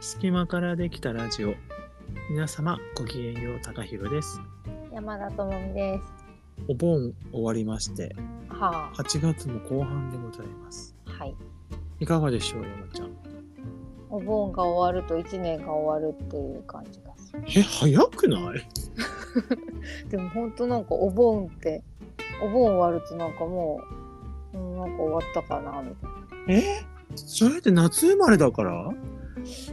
隙間からできたラジオ皆様ごきげんよう高弘です山田智美です。お盆終わりましては8月も後半でございますあ、はい。いかがでしょう山ちゃんお盆が終わると一年が終わるっていう感じがする。え早くないでも本当なんかお盆ってお盆終わるとなんかもう、うん、なんか終わったかなみたいえそれって夏生まれだからな。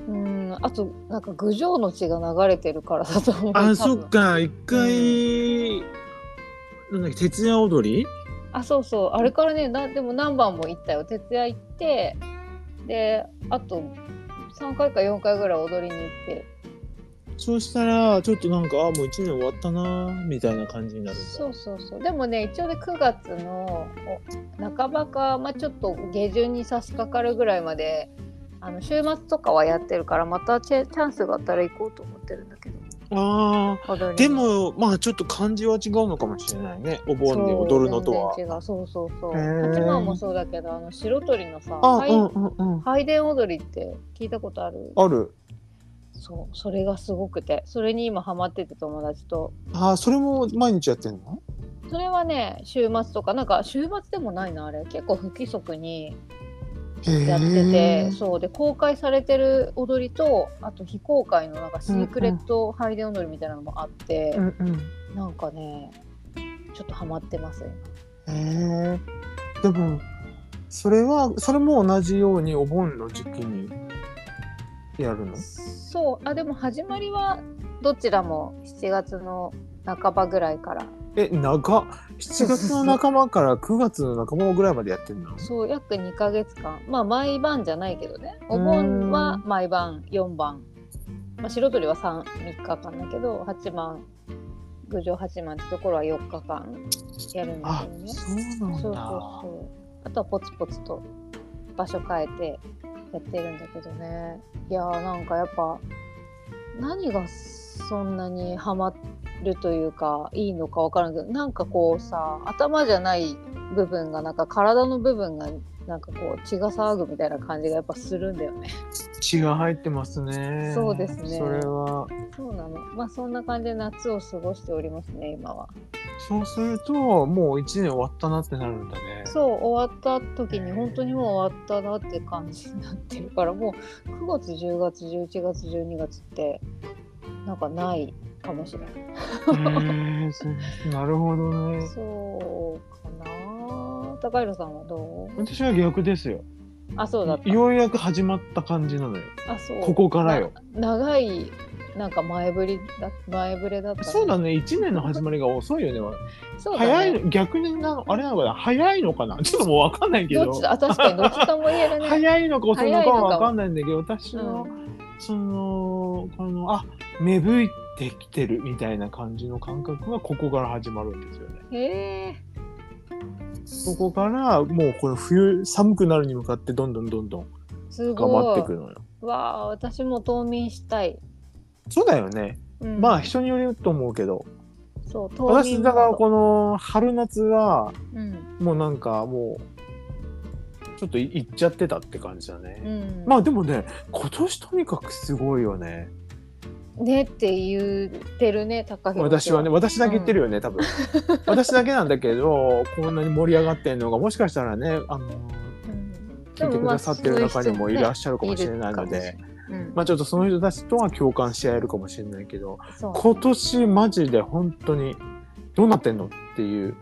うん、あとなんか郡上の血が流れてるからだと思う。多あ分そっ。か一回、なんだっけ徹夜踊りあ、そうそう。あれからね、なでも何番も行ったよ。徹夜行って、で、あと三回か四回ぐらい踊りに行って。そうしたらちょっとなんかあもう1年終わったなみたいな感じになるんだそうそうそうでもね一応ね9月のお半ばか、まあ、ちょっと下旬に差し掛かるぐらいまであの週末とかはやってるからまたチェチャンスがあったら行こうと思ってるんだけどあ踊りーにでもまあちょっと感じは違うのかもしれないねお盆で踊るのとはそう全然違うそうそうそうへー立番もそうだけどあの白鳥のさあ、ハイうんうんうん。拝殿踊りって聞いたことあるある。そうそれがすごくてそれに今ハマってて友達とあー、それも毎日やってんの？それはね週末とかなんか週末でもないなあれ結構不規則にへえやっててそうで公開されてる踊りとあと非公開のなんかシークレットハイデン踊りみたいなのもあってう、んうん。なんかねちょっとハマってますよへえ。でもそれはそれも同じようにお盆の時期にやるの？そうあでも始まりはどちらも7月の半ばぐらいからえ、長っ。7月の半ばから9月の半ばぐらいまでやってんの？そう約2ヶ月間まあ毎晩じゃないけどねお盆は毎晩4番、まあ、白鳥は33日間だけど8番郡上8番ってところは4日間やるんだあけど、ねそうなんだ。そうそうそうあとはポツポツと場所変えてやってるんだけどねいやーなんかやっぱ何がそんなにハマるというかいいのか分からんけどなんかこうさ頭じゃない部分がなんか体の部分がなんかこう血が騒ぐみたいな感じがやっぱするんだよね。血が入ってますね。そうですねそれはそうなの。まあそんな感じで夏を過ごしておりますね今は。そうするともう一年終わったなってなるんだね。そう終わった時に本当にもう終わったなって感じになってるからもう9月10月11月12月ってなんかないかもしれないへえそうなるほどね。そうかな高弘さんはどう私は逆ですよ。あそうだったようやく始まった感じなのよあそうここからよな長いなんか前ぶりだ前触れだったね、そうだね1年の始まりが遅いよねそうだね早いの逆になのあれなのかな早いのかなちょっともう分かんないけどどっちだあ確かにどっちとも言えるね早いのか遅いのか早いのはか分かんないんだけど私の、そのこのあ芽吹いてきてるみたいな感じの感覚はここから始まるんですよねへえそこからもうこの冬寒くなるに向かってどんどんどんどんす頑張ごっいてくるのよわあ私も冬眠したい、そうだよね、うんまあ人によると思うけどそう冬私眠だからモードこの春夏はうんもうなんかもうちょっとい行っちゃってたって感じだね、うん、まあでもね今年とにかくすごいよねねって言ってるね高弘私はね私だけ言ってるよね、多分私だけなんだけどこんなに盛り上がってんのがもしかしたらねあのうん聞いてくださってる中にもいらっしゃるかもしれないので、、でもまあそういう人ねいるかもしれないうんまあちょっとその人たちとは共感し合えるかもしれないけどそう今年マジで本当にどうなってんのっていう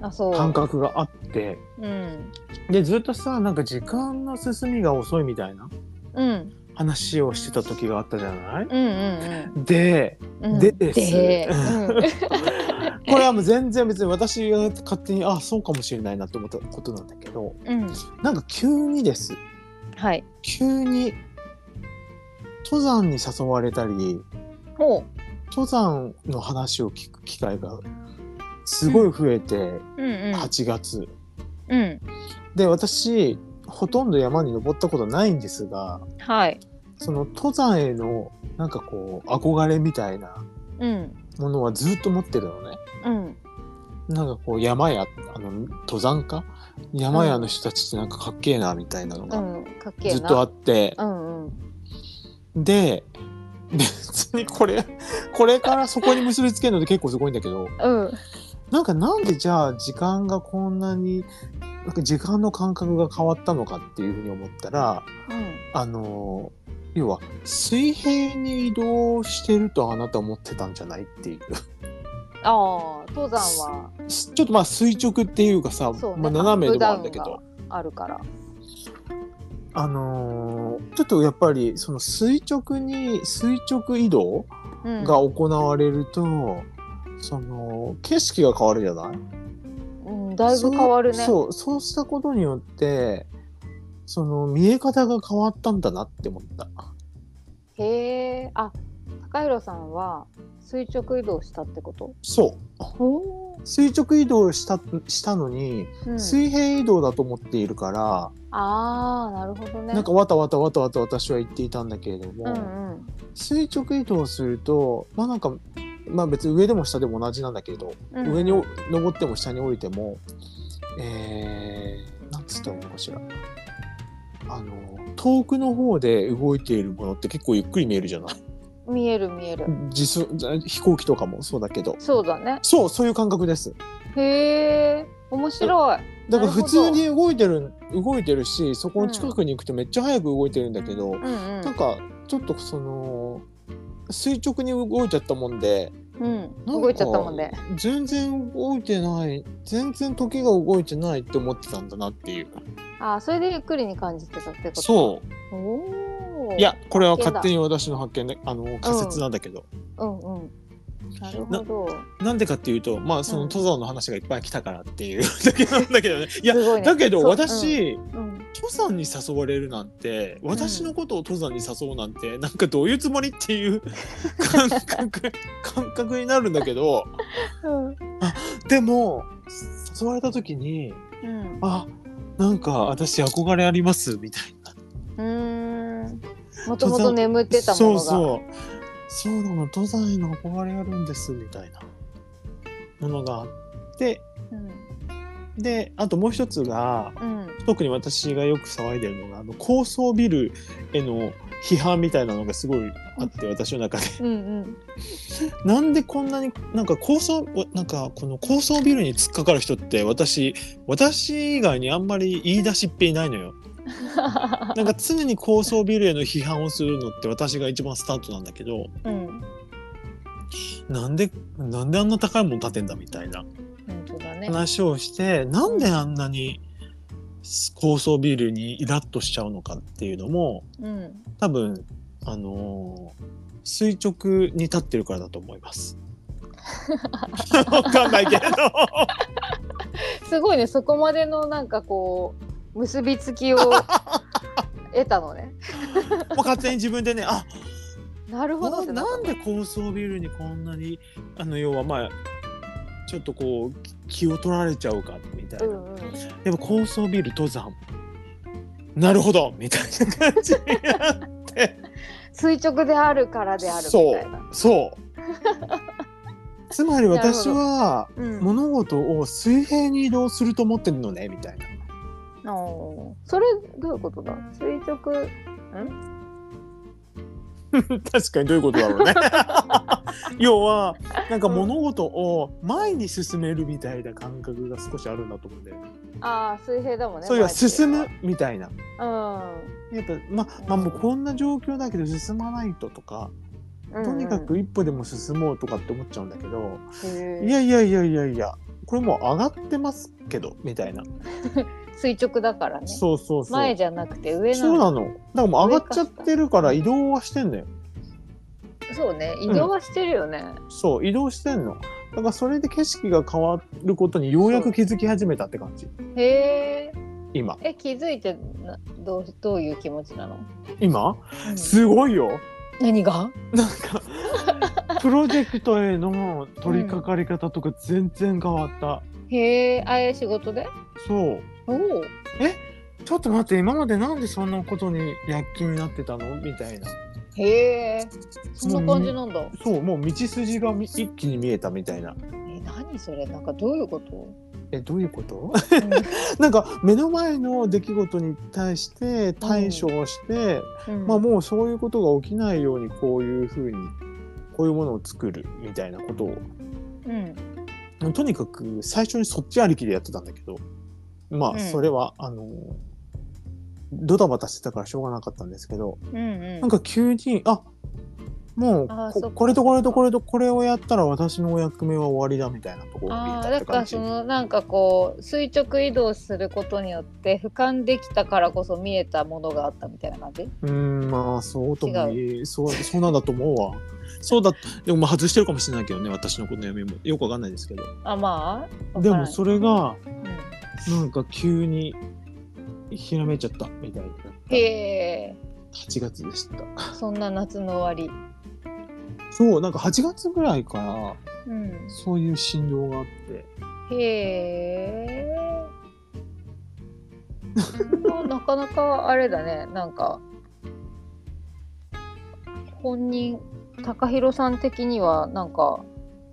あそう感覚があってうんでずっとさなんか時間の進みが遅いみたいなうん話をしてた時があったじゃないうんうんでうんうんでですでうんこれはもう全然別に私が勝手にあそうかもしれないなと思ったことなんだけどうんなんか急にですはい急に登山に誘われたりほ登山の話を聞く機会がすごい増えて、ううんうん8月うんで私ほとんど山に登ったことないんですがはいその登山へのなんかこう憧れみたいなうんものはずっと持ってるのね。うんなんかこう山やあの登山家山屋の人たちってなんかかっけえなみたいなのうがんかっけえなずっとあって、うんうんで 別にこれこれからそこに結びつけるのって結構すごいんだけどうんなんかなんでじゃあ時間がこんなになんか時間の感覚が変わったのかっていうふうに思ったらあの要は水平に移動してるとあなた思ってたんじゃないっていう ああ登山はちょっとまあ垂直っていうかさそうねまあ、斜めでもあるんだけアップダウどあるからあのーちょっとやっぱりその垂直に垂直移動うんが行われると、その景色が変わるじゃないうんだいぶ変わるねそうそうそうしたことによってその見え方が変わったんだなって思ったへえあ高弘さんは垂直移動したってことそうお垂直移動したしたのに、水平移動だと思っているから、ああなるほどねなんかわたわたわたわた私は言っていたんだけれども、うんうん垂直移動するとまあなんかまあ別に上でも下でも同じなんだけど、うん上にお登っても下に降りてもえー、なんつったらいいのかしらあの遠くの方で動いているものって結構ゆっくり見えるじ ゃない見える見える実飛行機とかもそうだけどそうだねそうそういう感覚ですへえ面白いだからなる普ほど通に動いてる動いてるしそこの近くに行くとめっちゃ早く動いてるんだけど、うんなんかちょっとその垂直に動いちゃったもんでうんうんなんか動いちゃったもんね全然動いてない全然時が動いてないって思ってたんだなっていうあーそれでゆっくりに感じてたってことそうおうーいやこれは発見だ勝手に私の発見であの仮説なんだけど、うんうんなるほどなんでかっていうとまあそのうん登山の話がいっぱい来たからっていう だけなんだけどねいやすごいねだけどそう私、うん登山に誘われるなんて私のことを登山に誘うなんて、なんかどういうつもりっていう 感覚感覚になるんだけどうんでも誘われた時にうんあなんか私憧れありますみたいなうーんもともと眠ってたものそうがそうそうなの登山への憧れあるんですみたいなものがあってうんであともう一つがうん特に私がよく騒いでるのがあの高層ビルへの批判みたいなのがすごいあって私の中でうんうんなんでこんなになんか高層なんかこの高層ビルに突っかかる人って私私以外にあんまり言い出しっぺいないの よなんか常に高層ビルへの批判をするのって私が一番スタートなんだけどうんなんでなんであんな高いもん建てんだみたいな本当だね話をしてなんであんなに高層ビルにイラッとしちゃうのかっていうのもうん多分あのー垂直に立ってるからだと思います。わかんない けど。すごいねそこまでのなんかこう結びつ きを得たのねもう勝手に自分でね、あ、なるほどなってなっなんで高層ビルにこんなに、あの要はまあ。ちょっとこう、気を取られちゃうかみたいたな。うんうんでも高層ビル登山。なるほどみたいな 感じになって。垂直であるからであるみたいなそう。つまり私はうん物事を水平に移動すると思ってるのねみたいな。おーそれどういうことだ垂直ん確かにどういうことだろうね 要はなんか物事を前に進めるみたいな感覚が少しあるんだと思うんだよねああ水平だもんねそういえば前っていう進のむみたいなはやっぱままあもうこんな状況だけど進まないととかうんとにかく一歩でも進もうとかって思っちゃうんだけど、うんうんいやいやいやいやいやこれもう上がってますけどみたいな、垂直だからねそうそうそう前じゃなくて上なそうのなのだからもう上がっちゃってるから移動はしてんのよそうね移動はしてるよねそう移動してんのだからそれで景色が変わることにようやく気づき始めたって感じへえ今え気づいてなどうどういう気持ちなの今うんすごい よ何がなんかプロジェクトへの取り掛かり方とか全然変わった、へえ、あえ仕事で。そうおお。ちょっと待って今までなんでそんなことに躍起になってたのみたいなへえ。そんな感じなんだ。そうもう道筋がみ一気に見えたみたいなえ、何それ、なんかどういうこと。えどういうことなんか目の前の出来事に対して対処をして、うん まあ、もうそういうことが起きないようにこういうふうにこういうものを作るみたいなことをうんとにかく最初にそっちありきでやってたんだけどまうあんそれは、あのドタバタしてたからしょうがなかったんですけどうんうんなんか急にあもうあーそっこかこれとこれとこれとこれをやったら私のお役目は終わりだみたいなところにあ至ーっだたから感じそ。のなんかこう垂直移動することによって俯瞰できたからこそ見えたものがあったみたいな感じうーんまあそうともいいそうそうなんだと思うわ。そうだでもまあ外してるかもしれないけどね私のこの闇もよくわかんないですけどあまあわでからもないそれがうんなんか急にひらめいちゃったみたいになったへ8え月でした。そんな夏の終わそうなんか8月ぐらいからりうんそういう振動があってへえ。まあなかなかあれだね、なんか。本人、高弘さん的には、なんか。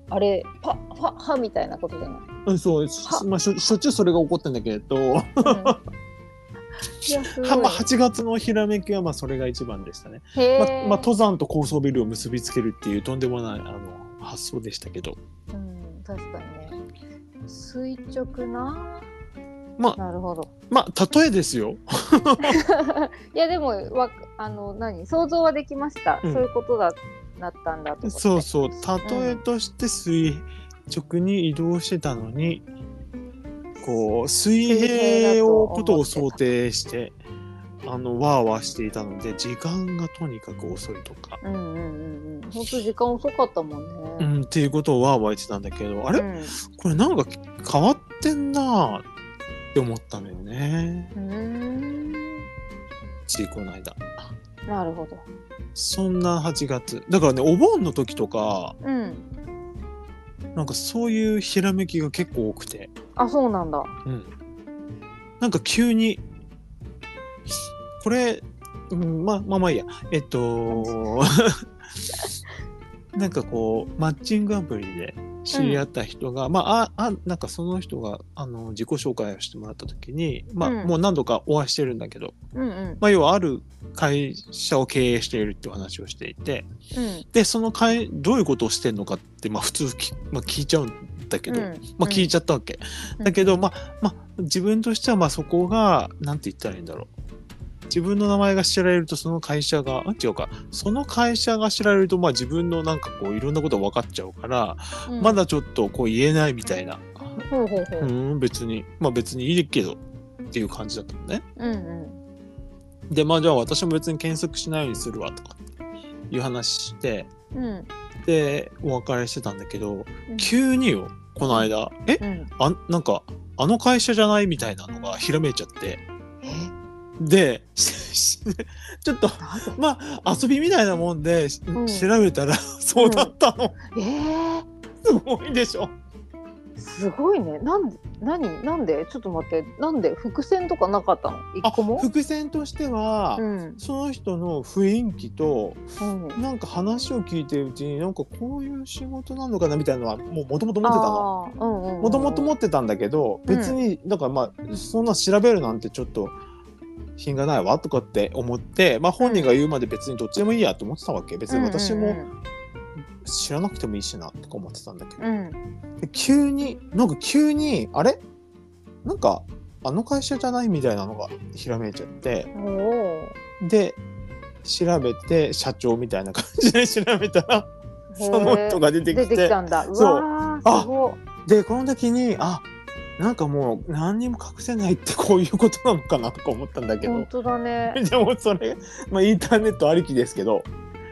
あれ、パッ、パッ、はみたいなことじゃない。うんそうしはまあ、しょしょっちゅうそれが起こってんだけど、はうん、いや、すごい。まあ、8月のひらめきはまあそれが一番でしたね、へまあえ、まあ、登山と高層ビルを結びつけるっていうとんでもないあの発想でしたけどうん、確かにね。垂直な。まあなるほど。まあ例えですよいや、でも、わ、あの、何、想像はできました。うんそういうことだ、なったんだと思って。そうそう例えとして水直に移動してたのに、こう水平をことを想定してあのわーわーしていたので時間がとにかく遅いとか。うんうんうんうん。本当時間遅かったもうんね。ん、っていうことをわーわー言ってたんだけどあれ、うんこれなんか変わってんなーって思ったのよねうーん。ついこの間なるほど。そんな8月だからねお盆の時とかうん。なんかそういうひらめきが結構多くて、あ、そうなんだ。うん、なんか急にこれ、うん、まあまあまあいいやえっ となんかこうマッチングアプリで知り合った人が、まあああなんかその人があの自己紹介をしてもらった時に、まあうんもう何度かお会いしてるんだけど、うんうん。まあ、要はある会社を経営しているってお話をしていてでその会どういうことをしてるのかって、まあ、普通き、まあ、聞いちゃうんだけうん。ど、うんまあ、聞いちゃったわけ、だけど、まあまあ、自分としてはまあそこがなんて言ったらいいんだろう自分の名前が知られるとその会社があ違うかその会社が知られるとまあ自分のなんかこういろんなことが分かっちゃうから、うんまだちょっとこう言えないみたいなほうほうほうう。ん別にまあ別にいいけどっていう感じだったのねうんうん。でまあじゃあ私も別に検索しないようにするわとかっていう話してうん。でお別れしてたんだけど急によこの間えうん。あなんかあの会社じゃないみたいなのがひらめいちゃってで ちょっとまあ遊びみたいなもんで、しん調べたらそうだったの、ええすごいでしょー、すごいね。なんで、何、なんで、ちょっと待って、なんで伏線とかなかったの？一あ個も？伏線としては、うん。その人の雰囲気とうん。なんか話を聞いてるうちになんかこういう仕事なのかなみたいなのはもうもともと持ってたの。あーうんうんうん。もともと持ってたんだけどうん別にだからまあそんな調べるなんてちょっと品がないわとかって思って、まあ、本人が言うまで別にどっちでもいいやと思ってたわけ別に私も知らなくてもいいしなとか思ってたんだけど、うん。で急になんか急にあれなんかあの会社じゃないみたいなのがひらめいちゃってうん。おお。で調べて社長みたいな感じで調べたらその人が出て出きててきたんだ。うそうわあー、すごい。でこの時にあなんかもう何にも隠せないってこういうことなのかなとか思ったんだけど本当だね。でもそれ、まあ、インターネットありきですけど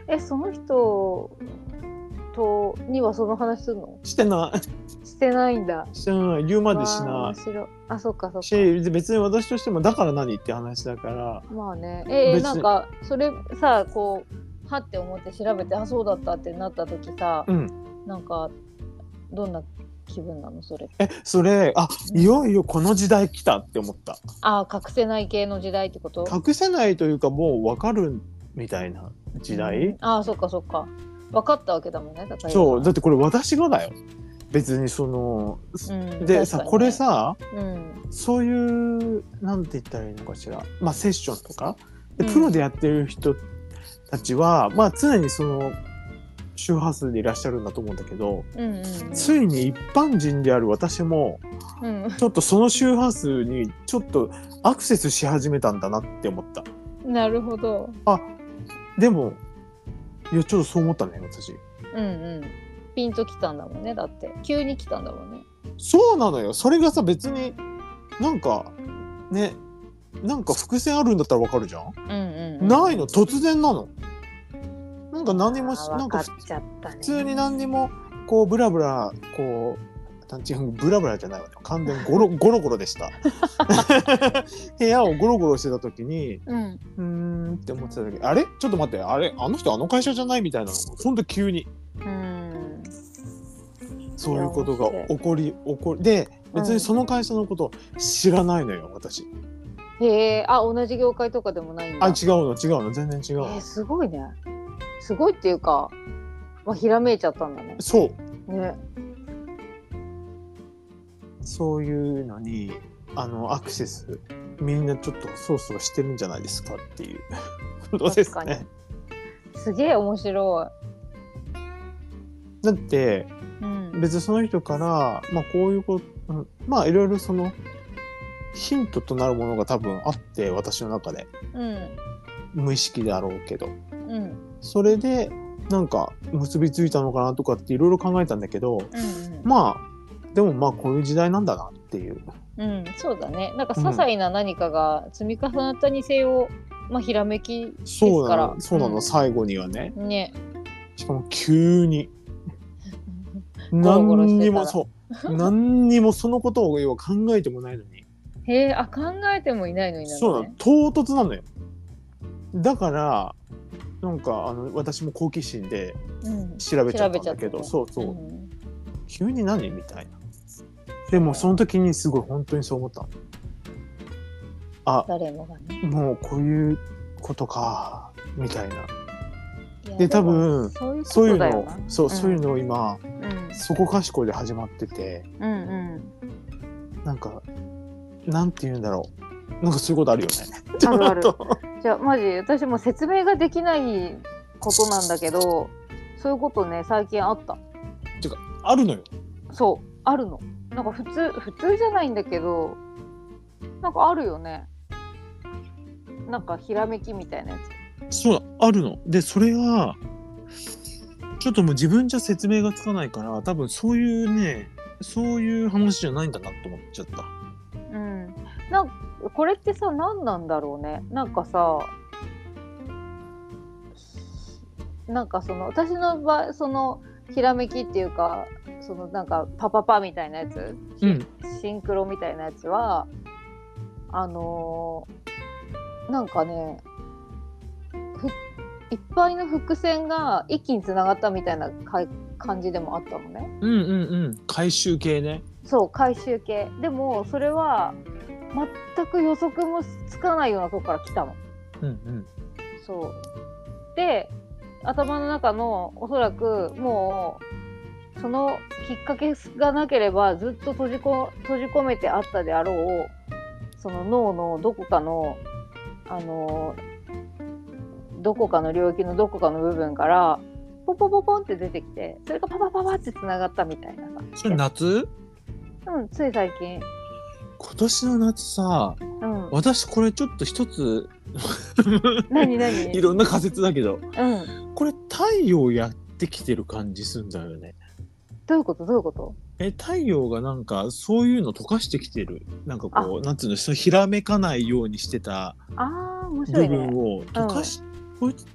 えその人とにはその話するのしてなしてないんだいしてない言うまでしわあな面白いあそっかそっいかし別に私としてもだから何って話だからまあねえ別ー、になんかそれさこうはって思って調べてあそうだったってなった時さ、うんなんかどんな気分なのそれえそれあいよいよこの時代来たって思ったあー隠せない系の時代ってこと隠せないというかもう分かるみたいな時代、ああそっかそっか分かったわけだもんね高井さんそうだってこれ私がだよ別にその、うんでさ、これ、さ確かにねうん、そういうなんて言ったらいいのかしら、まあ、セッションとかでうんプロでやってる人たちは、まあ常にその周波数でいらっしゃるんだと思うんだけどうんうんうん、ついに一般人である私もうんちょっとその周波数にちょっとアクセスし始めたんだなって思ったなるほど、あでもいやちょっとそう思ったね私うんうん、ピンときたんだもんねだって急に来たんだもんねそうなのよそれがさ別になんかねなんか伏線あるんだったらわかるじゃんうんうんうん、ないの突然なのなんか何もしあーなんか分っちゃったね普通に何にもこうブラブラこうなんていうのブラブラじゃないわ完全に ゴロゴロゴロでした 部屋をゴロゴロしてた時にうんうーんって思ってた時あれちょっと待ってあれあの人あの会社じゃないみたいなのほんと急にうんそういうことが起こり起こりで別にその会社のこと知らないのよ私へえあ同じ業界とかでもないんだあ違うの違うの全然違うえーのすごいねすごいっていうか、まあ、ひらめいちゃったんだねそうねそういうのにあのアクセスみんなちょっとそろそろしてるんじゃないですかっていうことです確かにね。すげえ面白だってい、うん、別にその人から、まあ、こういうことうんまあいろいろそのヒントとなるものが多分あって私の中でうん無意識だろうけどうんうんそれでなんか結びついたのかなとかっていろいろ考えたんだけどうんまあでもまあこういう時代なんだなっていううん、そうだね。なんか些細な何かが積み重なったにせよ、まあひらめきですから。そうなのそうなの、ん最後にはねね。しかも急に。 ゴロゴロ何してたらにも そう何にもそのことを要は考えてもないのにへえ、あ考えてもいないのになるね。そうなの唐突なのよだからなんかあの私も好奇心でうん。調べちゃったんだけ調べちゃったど、ねそうそう、ん急に何みたいなでもその時にすごい本当にそう思ったのあ誰もがね。もうこういうことかみたいないやで多分でもそそうういいううことだのよをな。そう、そういうの。のを今そこかしこで始まっててうんうんうん。なんかなんて言うんだろうなんかそういう ことあるよねあるあるちょっとじゃあマジ私も説明ができないことなんだけど、そういうことね最近あった。あるのよ。そうあるのなんか普通普通じゃないんだけどなんかあるよねなんかひらめきみたいなやそうあるの。でそれがちょっともう自分じゃ説明がつかないから多分そういうねそういう話じゃないんだなと思っちゃった。つうんなんこれってさ何なんだろうねなんかさなんかその私の場合そのひらめきっていうかそのなんかパパパみたいなやつ、うんシンクロみたいなやつはあのーなんかねふいっぱいの伏線が一気につながったみたいなか感じでもあったのねうんうんうん。回収系ね。そう回収系でもそれは全く予測もつかないようなとこから来たのうんそうで頭の中のおそらくもうそのきっかけがなければずっと閉じこ閉じ込めてあったであろうその脳のどこかのあのどこかの領域のどこかの部分からポンポンポンポンって出てきてそれがパパパパってつながったみたいなさうん。それ夏？うんつい最近今年の夏さうん私これちょっと一つ 何何いろんな仮説だけどうんこれ太陽やってきてる感じすんだよね。どういうことどういうことえ太陽がなんかそういうの溶かしてきてるなんかこうなんつうのそのひらめかないようにしてたああ面白部いね分を溶かし、こいつ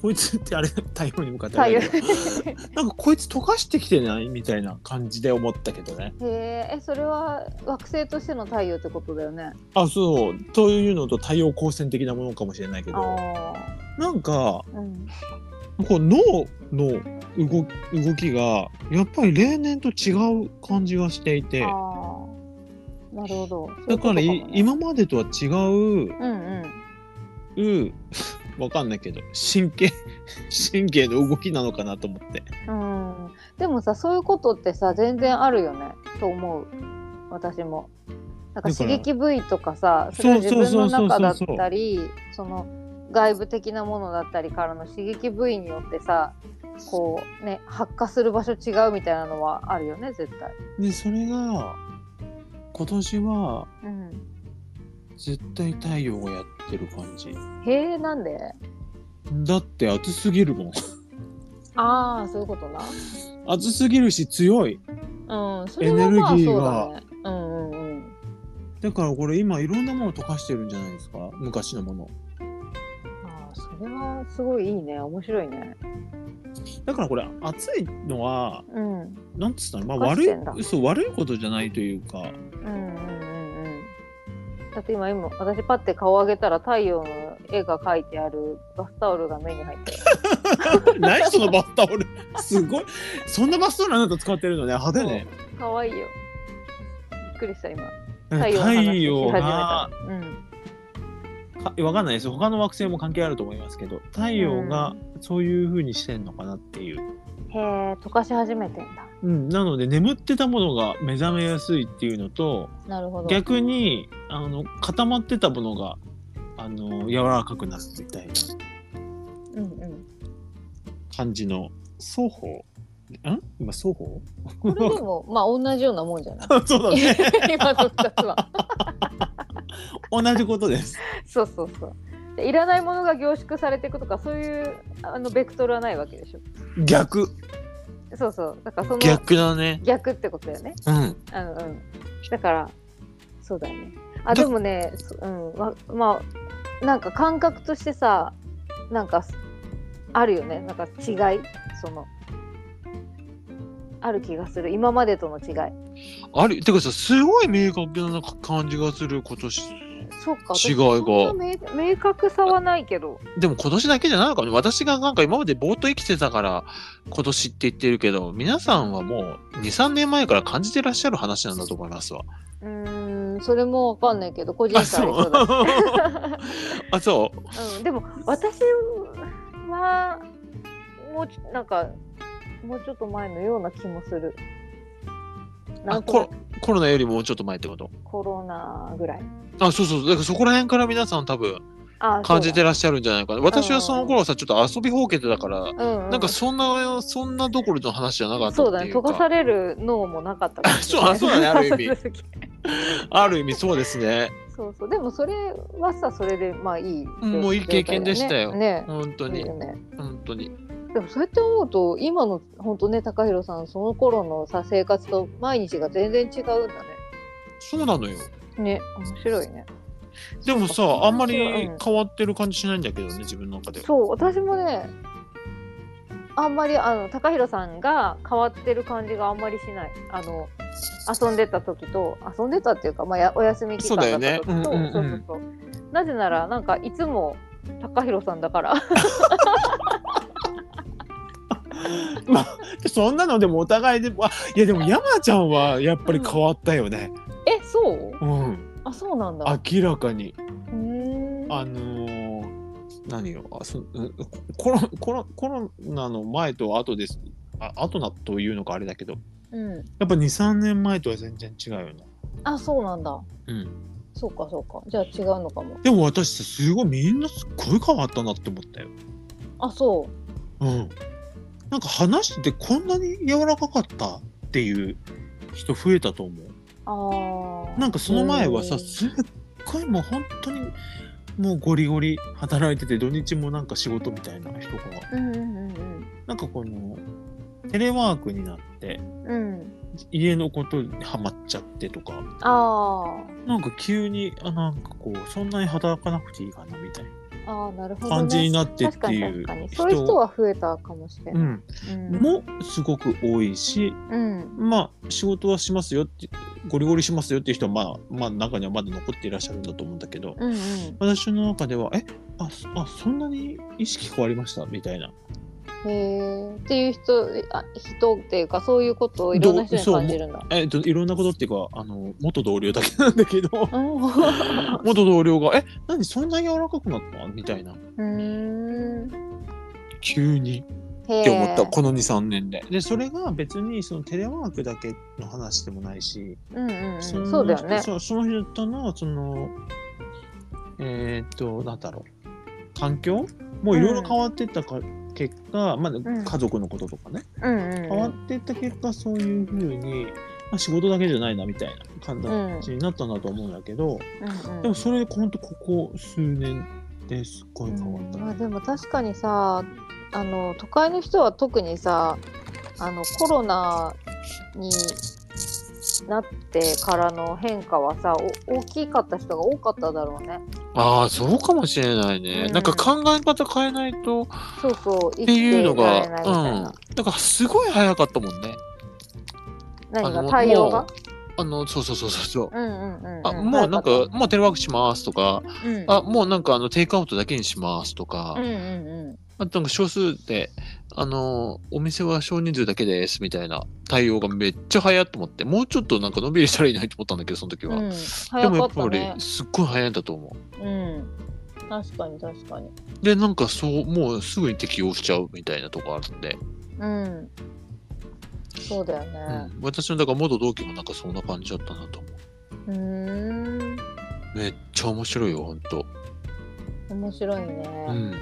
こいつってあれ 太陽に向かってあ左れ右だ けどなんかこいつ溶かしてきてないみたいな感じで思ったけどねへーえそれは惑星としての太陽ってことだよね。あそうというのと太陽光線的なものかもしれないけどあなんかー、うん、こう脳の動動きがやっぱり例年と違う感じがしていてあーなるほど。そういだうこかとらいもね、今までとは違ううんうんう わかんないけど神経神経の動きなのかなと思ってうん、でもさそういうことってさ全然あるよねと思う私も。なんかだか刺ら激部位とかさそれは自そう分そのうそうそう中だったりその外部的なものだったりからの刺激部位によってさこうね発火する場所違うみたいなのはあるよね絶対。でそれが今年はうん、絶対太陽がやってる感じへえなんでだって暑すぎるもんああそういうことな。 暑すぎるし強いうん、それはまあエネルギそーうがだね。うんうんうん。だからこれ今いろんなもの溶かしてるんじゃないですか昔のものああ、それはすごいいいね、面白いね。だからこれ暑いのはうん、うんなんつったのまあ溶か悪してんだいそう悪いことじゃないというかうんうんうん。だって今今私パッて顔上げたら太陽の絵が描いてあるバスタオルが目に入ってる。何そのバスタオルすごいそんなバスタオルあなた使ってるのね派手ね可愛いよ。びっくりした今。太の話し陽始めたらが。うん。かわかんないです他の惑星も関係あると思いますけど太陽がそういう風にしてんのかなっていう、へえ、溶かし始めてんだ。うん、なので眠ってたものが目覚めやすいっていうのとなるほど。逆にあの固まってたものがあの柔らかくなるみたいなうんうん。感じの双方ん今双方これでもまあ同じようなもんじゃ ない。 そうだね 今の二つは。同じことですそうそうそう。でいらないものが凝縮されていくとかそういうあのベクトルはないわけでしょ。逆そうそう。だからその逆だね逆ってことだよね。うんうんうん。だから、そうだよね。あ、でもね、そうん、わまあ、なんか感覚としてさ、なんか、あるよね。なんか違い、その、ある気がする。今までとの違い。あれてかさすごい明確な感じがする今年そっか。私違いがそんな明明確さはないけど。でも今年だけじゃないのかもね私がなんか今までぼーっと生きてたから今年って言ってるけど皆さんはもう23年前から感じてらっしゃる話なんだと思いますわうーん、それもわかんないけど、個人あ差あそりうそうだ あそううん、でも私はもうちょなんかもうちょっと前のような気もする。なあんとコなロくコロナよりもうちょっと前ってことコロナぐらい。あそうそうだからそこら辺から皆さん多分あ感じてる。らっしゃるんじゃないかな私はその頃さちょっと遊びほうけてたからうん、うん。なんかそんなそんなどころの話じゃなかったそうっだてね。いう溶かかされる脳もなかったかもし れそうあそうだねある意味その時ある意味そうですね そうそう。でもそれはさそれでまあいい状態だようね、んもういい経験でしたよね。本当いいによね。本当にでもそうやって思うと今の本当ね高弘さんその頃のさ生活と毎日が全然違うんだそうなのよね。ね面白いね。でもそっかさあんまりうん変わってる感じしないんだけどね自分の中ではそう私もねあんまりあの高弘さんが変わってる感じがあんまりしないあの遊んでた時と遊んでたっていうか、まあ、やお休み期間だった時とそうだよねうんうんうんそうそうそうなぜならなんかいつも高弘さんだからそんなのでもお互いであいやでも山ちゃんはやっぱり変わったよね えそううんあそうなんだ明らかにうーんあのー何よあそうんコロコロコロナの前と後ですあ後なというのかあれだけどうんやっぱ23年前とは全然違うよねあそうなんだうんそうかそうかじゃあ違うのかもでも私さすごいみんなすっごい変わったなって思ったよあそううんなんか話しててこんなに柔らかかったっていう人増えたと思うああなんかその前はさうんすっごいもう本当にもうゴリゴリ働いてて土日もなんか仕事みたいな人がうんうんうんなんかこのテレワークになってうんうん家のことにハマっちゃってとかあーなんか急にあなんかこうそんなに働かなくていいかなみたいあーなるほなど、ね、感じになってっ確かてにいう確かに人そういう人は増えたかもしれうない、ん、うんもすごく多いしうんまあ仕事はしますよってゴリゴリしますよっていう人はまあまあ中にはまだ残っていらっしゃるんだと思うんだけどうんうん私の中ではえあそあそんなに意識変わりましたみたいなへえっていう人あ人っていうかそういうことをいろんな人に感じるんだえっといろんなことっていうかあの元同僚だけなんだけど うんう元同僚がえ何そんな柔らかくなったみたいなーん急にへえって思ったこの23年ででそれが別にそのテレワークだけの話でもないし、うんうんうん、そのそうだよね人そその人とのそのえーっとなんだろう環境もいろいろ変わってったか、結果、まあ、ん家族のこととかね、うんうんうん変わってった結果そういうふうに、まあ、仕事だけじゃないなみたいな感じになったんだと思うんだけど、うんうんでもそれほんとここ数年ですっごい変わったまあ、でも確かにさあの都会の人は特にさあのコロナになってからの変化はさお大きかった人が多かっただろうね。ああそうかもしれないね、うんなんか考え方変えないとっそうそう生きていてういのらがれないみたいうんな。だからすごい早かったもんね何あがの対応がもあのそうそうそうそうそううんうんうんうん。あもうなん早かもうテレワークしますとかった、うん、あもうなんかあのテイクアウトだけにしますとか、うんうんうん。あとなんか少数であのお店は少人数だけですみたいな対応がめっちゃ早いと思ってもうちょっとなんかのんびりしたらいいなと思ったんだけどその時は、うん、で早もかやっったぱねり。すっごい早いんだと思ううん。確かに確かに。でなんかそうもうすぐに適応しちゃうみたいなとこあるんでうん。そうだよね。うん、私のだから元同期もなんかそんな感じだったなと思うーんうめっちゃ面白いよほんと、面白いね、うん、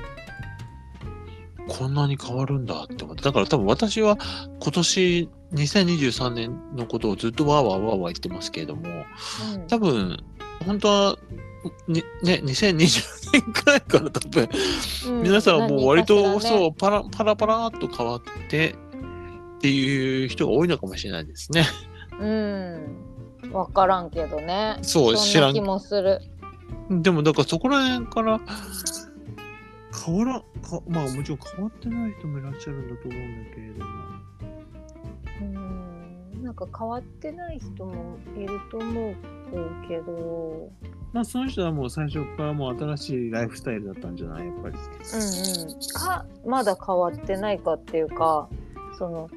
こんなに変わるんだって思ってだから多分私は今年2023年のことをずっとわーわーわーわー言ってますけれどもうん多分本当はにね2020年くらいから多分うん皆さんはもう割と何かしらそねうパラパラパラっと変わってっていう人が多いのかもしれないですね。うん分からんけどねそう知らんんな気もするでもだからそこら辺から変わらんかまあもちろん変わってない人もいらっしゃるんだと思うんだけれどもうんなんか変わってない人もいると思うけどまあその人はもう最初からもう新しいライフスタイルだったんじゃないやっぱり。うんうんかまだ変わってないかっていうかその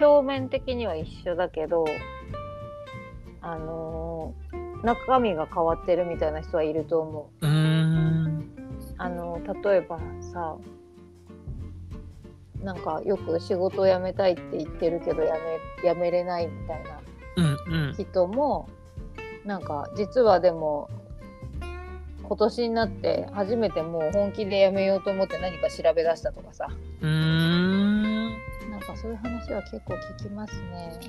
表面的には一緒だけどあのー中身が変わってるみたいな人はいると思ううーんあの例えばさなんかよく仕事を辞めたいって言ってるけど辞め辞めれないみたいなうんうん人もなんか実はでも今年になって初めてもう本気で辞めようと思って何か調べ出したとかさうーんなんかそういう話は結構聞きますね。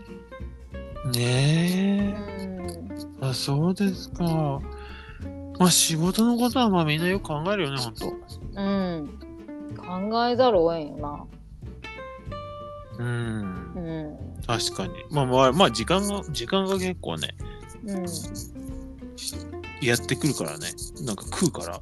うねえんあそうですか。まあ仕事のことはまあみんなよく考えるよねほんと。うん考えざるをえんよな。うんうん確かに。まあまあまあ時間が時間が結構ねうんやってくるからねなんか食うから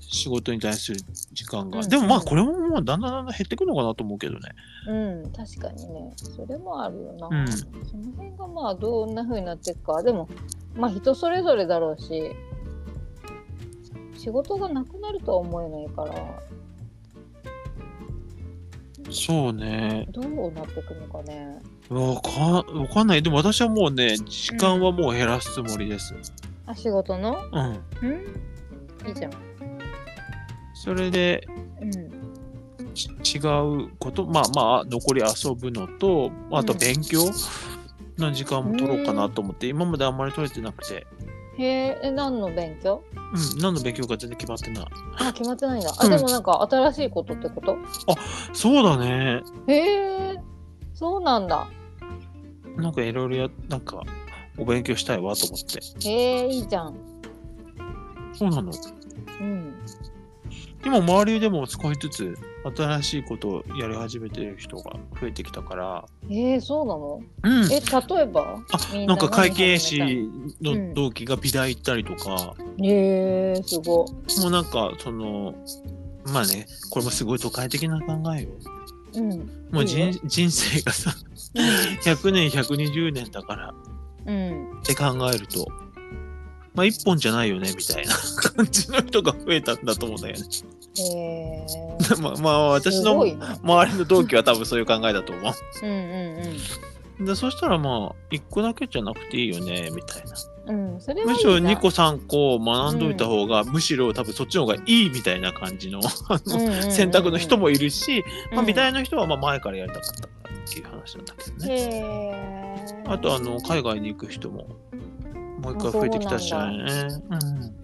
仕事に対する時間が、うんでもまあこれももうだんだんだんだん減ってくるのかなと思うけどねうん、確かにねそれもあるよな、うんその辺がまあどんな風になっていくかでもまあ人それぞれだろうし仕事がなくなるとは思えないからそうねどうなっていくのかねわかわかんないでも私はもうね時間はもう減らすつもりですあ仕事のうん、うんいいじゃんそれでうんち違うことまあまあ残り遊ぶのとあとうん勉強の時間も取ろうかなと思って、今まであんまり取れてなくて、へええ何の勉強うん、何の勉強か全然決まってないあ決まってないんだうあんでもなんか新しいことってことそうだねへえそうなんだなんかいろいろやなんかお勉強したいわと思ってへえいいじゃんそうなのうん今周りでも少しずつ新しいことをやり始めてる人が増えてきたから、へえそうなのうんえ、例えばみあなんなんか会計士うのん同期が美大行ったりとか、へえすごもうなんかそのまあねこれもすごい都会的な考えよい。うん。もう人,、いい人生がさ100年120年だからうん。って考えるとまあ一本じゃないよねみたいな感じの人が増えたんだと思うんだよね。 へえ。まあまあ私すのごいね周りの同期は多分そういう考えだと思うんうんう。でそしたらまあ一個だけじゃなくていいよねみたいな。うん、それはむいいしじゃろん2個3個学んどいた方が、むしろ多分そっちの方がいいみたいな感じのあのうんうんうんう ん選択の人もいるし、まあ、美い大の人はまあ前からやりたかったからっていう話なんだけどね。へーあとあの海外に行く人ももう一回増えてきたしね。あうん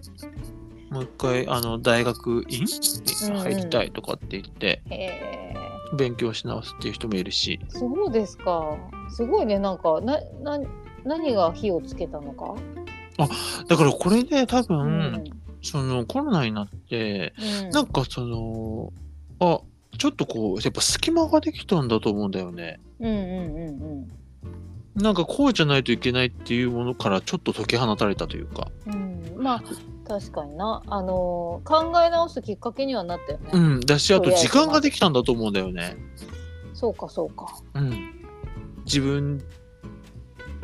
もう一回あの大学院うんうにん入りたいとかって言ってへー勉強し直すっていう人もいるし、そうですか。すごいね、なんか、な、な、何が火をつけたのか。だからこれで多分、うそのコロナになってうんなんかそのあちょっとこうやっぱ隙間ができたんだと思うんだよね。うんうんうんなんかこうじゃないといけないっていうものからちょっと解き放たれたというか。うん。うん、まあ、確かにな、あのー考え直すきっかけにはなったよね。うん。だしあととりあえず時間ができたんだと思うんだよね。そうか、そうか。うん、自分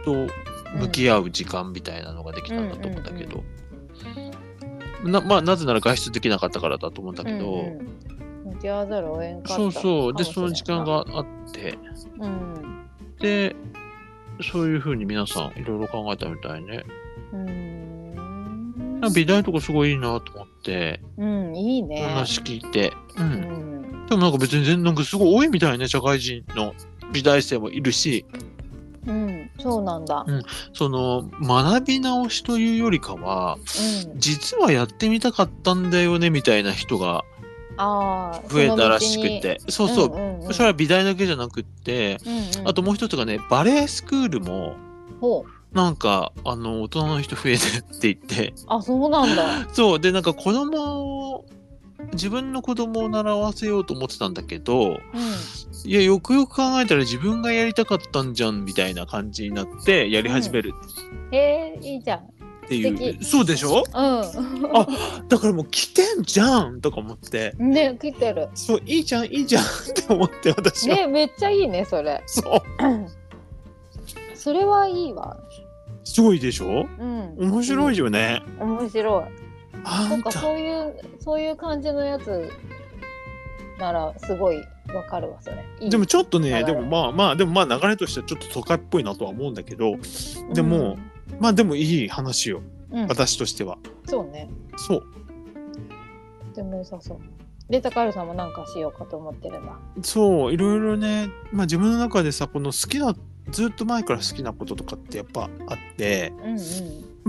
と向き合う時間みたいなのができたんだと思うんだけど、なまあ、なぜなら外出できなかったからだと思うんだけど、うんうん向き合わざるを得んかったそうそうでそかものし時れん間な。があってうん。でそういうふうに皆さんいろいろ考えたみたいねうん。なんか美大とかすごいいいなと思ってうん、いいおね。話聞いて、う、うんん。でもなんか別に全なんかすごい多いみたいね社会人の美大生もいるしうん、そうなんだ。うんその学び直しというよりかはうん。実はやってみたかったんだよねみたいな人がああ。増えたらしくてそその道うに。そう、うんうんうんそれは美大だけじゃなくって、うんうんあともう一つがねバレエスクールもほう。なんかあの大人の人増えてるって言ってあ、そうなんだ。そうでなんか子供を自分の子供を習わせようと思ってたんだけどういやよくよく考えたら自分がやりたかったんじゃんみたいな感じになってやり始めるん。えー、いいじゃん。ってい素う、敵そうでしょうだからもう来てんじゃんとか思ってん。ね、切ってる。そういいじゃんいいじゃんって思って私は、ね、めっちゃいいね、それ。そうそれはいいわ。すごいでしょうん。面白いよね。うん。面白い。あなんんかたそういう、そういう感じのやつなら、すごいわかるわ、それ。いいでも、ちょっとね流でれもまあまあでもまあ流れとしてはちょっと都会っぽいなとは思うんだけどうんでも、まあでもいい話ようん、私としては。そうね。そうとても良さそう。で、高原さんもなんかしようかと思ってるんだ。そういろいろねまあ自分の中でさこの好きなずっと前から好きなこととかってやっぱあってうんうん。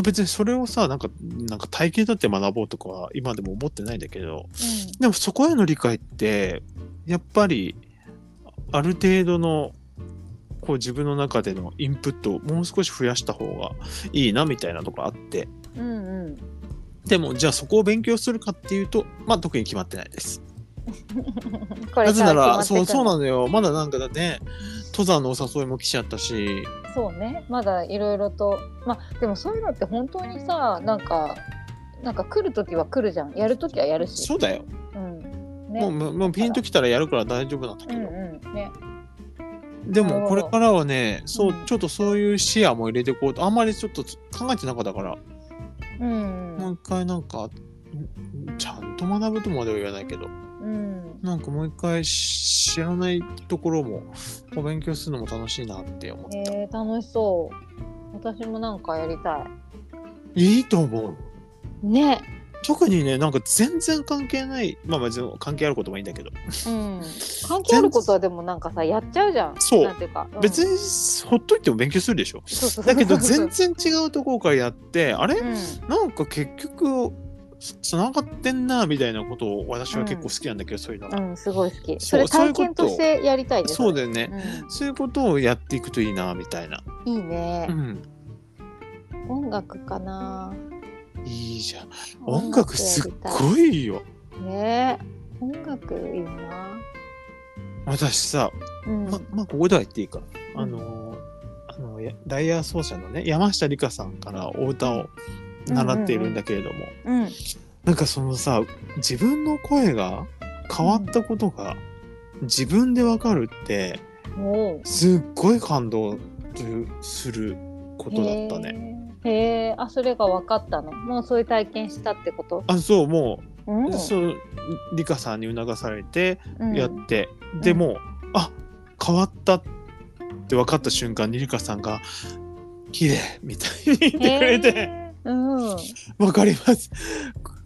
別にそれをさなんかなんか体系だって学ぼうとかは今でも思ってないんだけどでもそこへの理解ってやっぱりある程度のこう自分の中でのインプットをもう少し増やした方がいいなみたいなとこあってうん。うんうん。でもじゃあそこを勉強するかっていうとまあ特に決まってないです。これなぜなからら決まそってくるうそうなのよまだなんかだね登山のお誘いも来ちゃったしそうねまだいろいろとまあでもそういうのって本当にさなんかなんか来る時は来るじゃんやる時はやるしそうだよ、うんもうねもうもうピンときたらやるから大丈夫なんだうけんど、うんねでなるもほこどれからはねそう、うんちょっとそういう視野も入れていこうとあんまりちょっと考えてなかったからうんうもうん一回なんかんちゃんと学ぶとまでは言わないけどうんなんかもう一回し知らないところもお勉強するのも楽しいなって思った、えー、楽しそう私もなんかやりたいいと思ういね特にねなんか全然関係ないまあ別に関係あることもいいんだけど、うん関係あることはでもなんかさやっちゃうじゃんそうなんていうか、うん別にほっといても勉強するでしょそうそうそうだけど全然違うところからやってあれうんなんか結局つながってんなみたいなことを私は結構好きなんだけど、そういうのが、うん、すごい好きそそうれ体そういう験こととしてやりたいですそうだよね、うそういうことをやっていくといいなみたいな、ん、いいねう、ん、音楽かないいじゃん音楽すっやりたいごいよねえ音楽いいな、私さ、うんままあここでは言っていいかうんあのーあのやダイヤ奏者のね山下理香さんからお歌を習っているんだけれども、うんなんかそのさ自分の声が変わったことが自分でわかるっておうすっごい感動というすることだったね。へえへえあそれが分かったのもうそういう体験したってことあそうもうう、そう理香さんに促されてうんやって、でも、あ変わったって分かった瞬間に理香さんが綺麗みたいに言ってくれてへーうん。 「わかります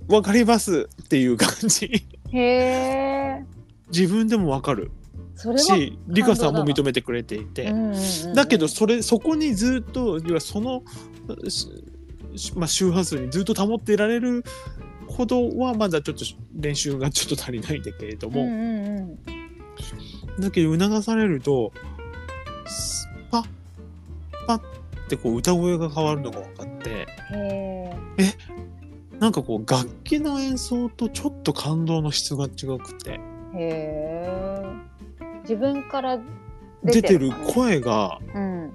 わかります」っていう感じへえ。自分でもわかるそれは。しリカさんも認めてくれていて、うんうんうんうんだけどそれそこにずっと要はその、ししまあ、周波数にずっと保っていられるほどはまだちょっと練習がちょっと足りないんだけれども、うんうんうんだけど促されるとスパッパッってこう歌声が変わるのが分かってへえ。なんかこう楽器の演奏とちょっと感動の質が違くてへえ。自分から出てるのかな声がうん。う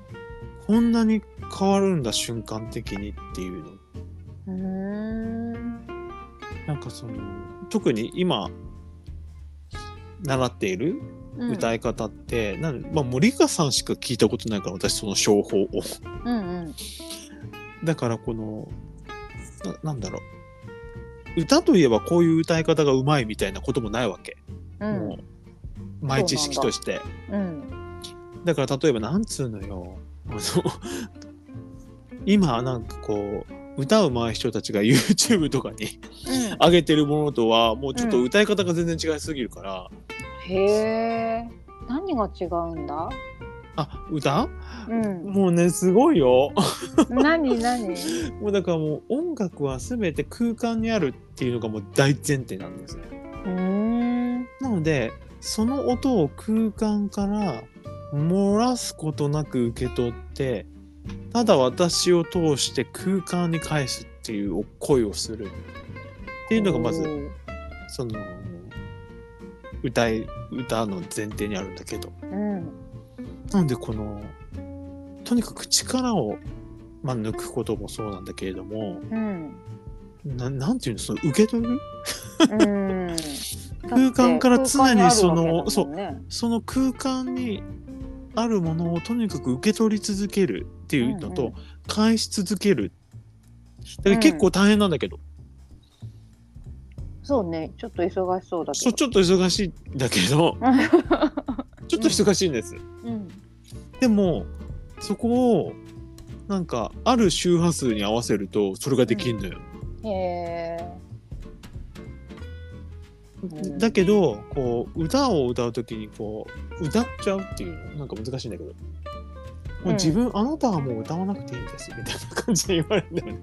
こんなに変わるんだ瞬間的にっていうのーん。なんかその特に今習っているうん歌い方って、なんまあ、森川さんしか聞いたことないから私その商法を うんうん。だからこのななんだろう歌といえばこういう歌い方がうまいみたいなこともないわけ、うもん。う前知識としてうん。だから例えばなんつうのよあの 今なんかこう歌うまい人たちが YouTube とかに 上げてるものとはもうちょっと歌い方が全然違いすぎるから、へえ。何が違うんだ。あ歌うん。もうねすごいよ 何何。もうだからもう音楽は全て空間にあるっていうのがもう大前提なんですねうーん。なのでその音を空間から漏らすことなく受け取ってただ私を通して空間に返すっていう声をするっていうのがまずず。その歌い歌の前提にあるんだけどうん。なのでこのとにかく力を、まあ、抜くこともそうなんだけれどもうん。ななんていうのその受け取るうん。空間から常にその空間にあるわけだもんねその空間にあるものをとにかく受け取り続けるっていうのと、うんうん返し続けるだから結構大変なんだけど、そうね、ちょっと忙しそうだそけうちょっと忙しいんだけ どど。ちょっと忙しいんです、うん。でもそこをなんかある周波数に合わせるとそれができるのよ、へえ。うんだけどこう歌を歌う時にこう歌っちゃうっていうのなんか難しいんだけどもう自分、あなたはもう歌わなくていいんですみたいな感じで言われるんだよね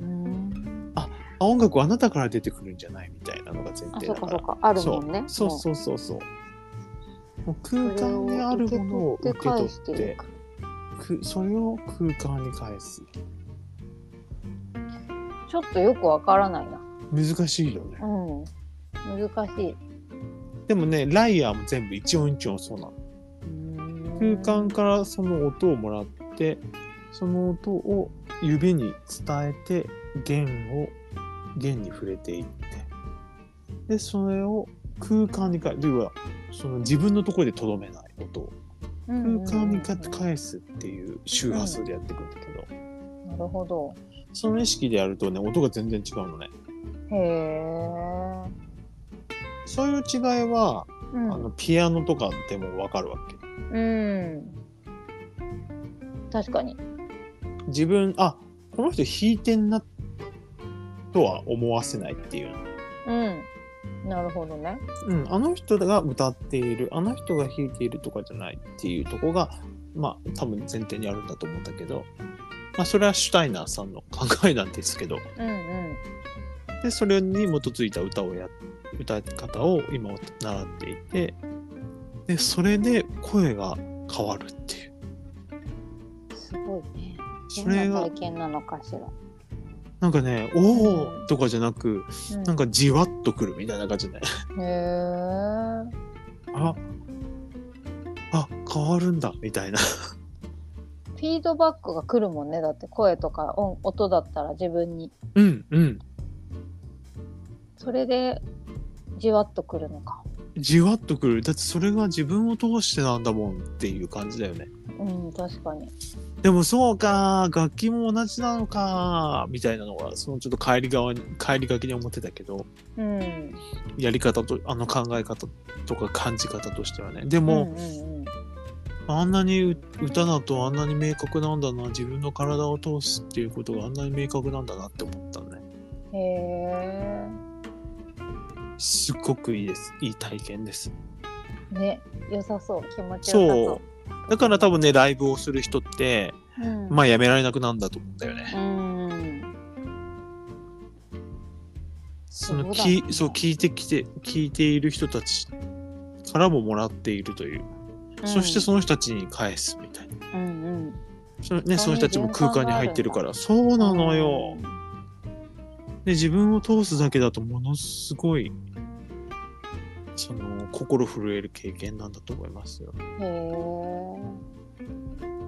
うんあ音楽はあなたから出てくるんじゃないみたいなのが前あ、提そだかうからそうか、あるもんね。そうそうそうそうもう空間にあるものを受け取ってくそれを空間に返すちょっとよくわからないな。難しいよねうん。難しい。でもねライアーも全部一音一音そうなの空間からその音をもらってその音を指に伝えて弦を弦に触れていってでそれを空間に返要はその自分のところでとどめない音を空間にかえ。返すっていう周波数でやっていくんだけど、なるほど。その意識でやるとね音が全然違うのねへえ。そういう違いは、うあのん。ピアノとかでもわかるわけうん。確かに。自分あこの人弾いてんなとは思わせないっていう、うん。なるほどね。うん、あの人が歌っているあの人が弾いているとかじゃないっていうとこがまあ多分前提にあるんだと思うんだけど、まあ、それはシュタイナーさんの考えなんですけどうんうん。でそれに基づいた歌をや歌い方を今習っていてでそれで声が変わるっていうすごいね。そどれんなが体験なのかしら。なんかね「おお!」とかじゃなくうんなんかじわっとくるみたいな感じでへえ。ああ変わるんだみたいなフィードバックが来るもんね。だって声とか音音だったら自分にうんうんそれでじわっとくるのか。じわっとくるだってそれが自分を通してなんだもんっていう感じだよねうん確かに。でもそうか楽器も同じなのかみたいなのがそのちょっと帰り側に帰りがけに思ってたけどうん。やり方とあの考え方とか感じ方としてはねでも、うんうんうんあんなにう歌だとあんなに明確なんだな自分の体を通すっていうことがあんなに明確なんだなって思ったねへえすっごくいいですいい体験ですね良さそう気持ちそようだから多分ねライブをする人ってさそう、うんまあやめられなくなるんだと思うんだよねうんそのそうだきそう聞いてきて聞いている人たちからももらっているという、そしてその人たちに返すみたいなうんうんその,、ね、その人たちも空間に入ってるからそうなのよ、で自分を通すだけだとものすごいその心震える経験なんだと思いますよへえ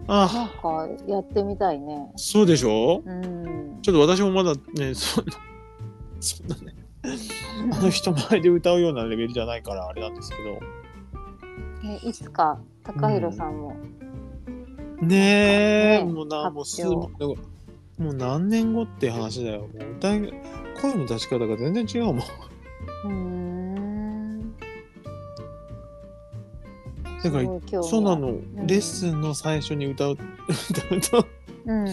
なんああかやってみたいねそうでしょうんちょっと私もまだねそんな そんなねあの人前で歌うようなレベルじゃないからあれなんですけどえいつか高弘さんも、ねえ、なんかねもうな、発表もうすぐ、もう何年後って話だよ。もう歌い、声の出し方が全然違うもん。うーんだからすごい興味あるそうなの、んレッスンの最初に歌う、歌うと、うん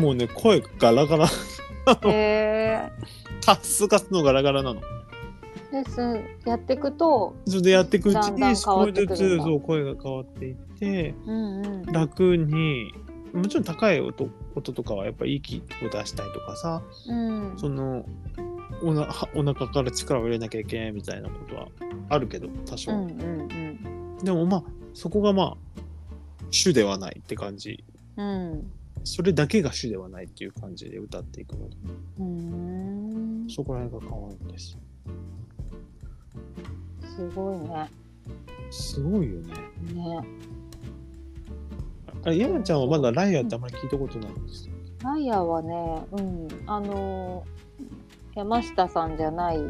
もうね、声ガラガラ、 へえカスカスのガラガラなの。レッスンやっていくとそれでやっていくうちだんだんに、変少わっしてくずるんだつ、そう、声が変わっていって、うんうん楽に、もちろん高い音音とかはやっぱ息を出したりとかさ、うんそのおなはお腹から力を入れなきゃいけないみたいなことはあるけど多少、うんうんでもまあそこがまあ主ではないって感じうんそれだけが主ではないっていう感じで歌っていくのでうんうーんそこら辺が可愛いんですすごいねすごいよねねあれ山ちゃんはまだライアーってあんまり聞いたことないんですよライアーはね、うん、あのー山下さんじゃない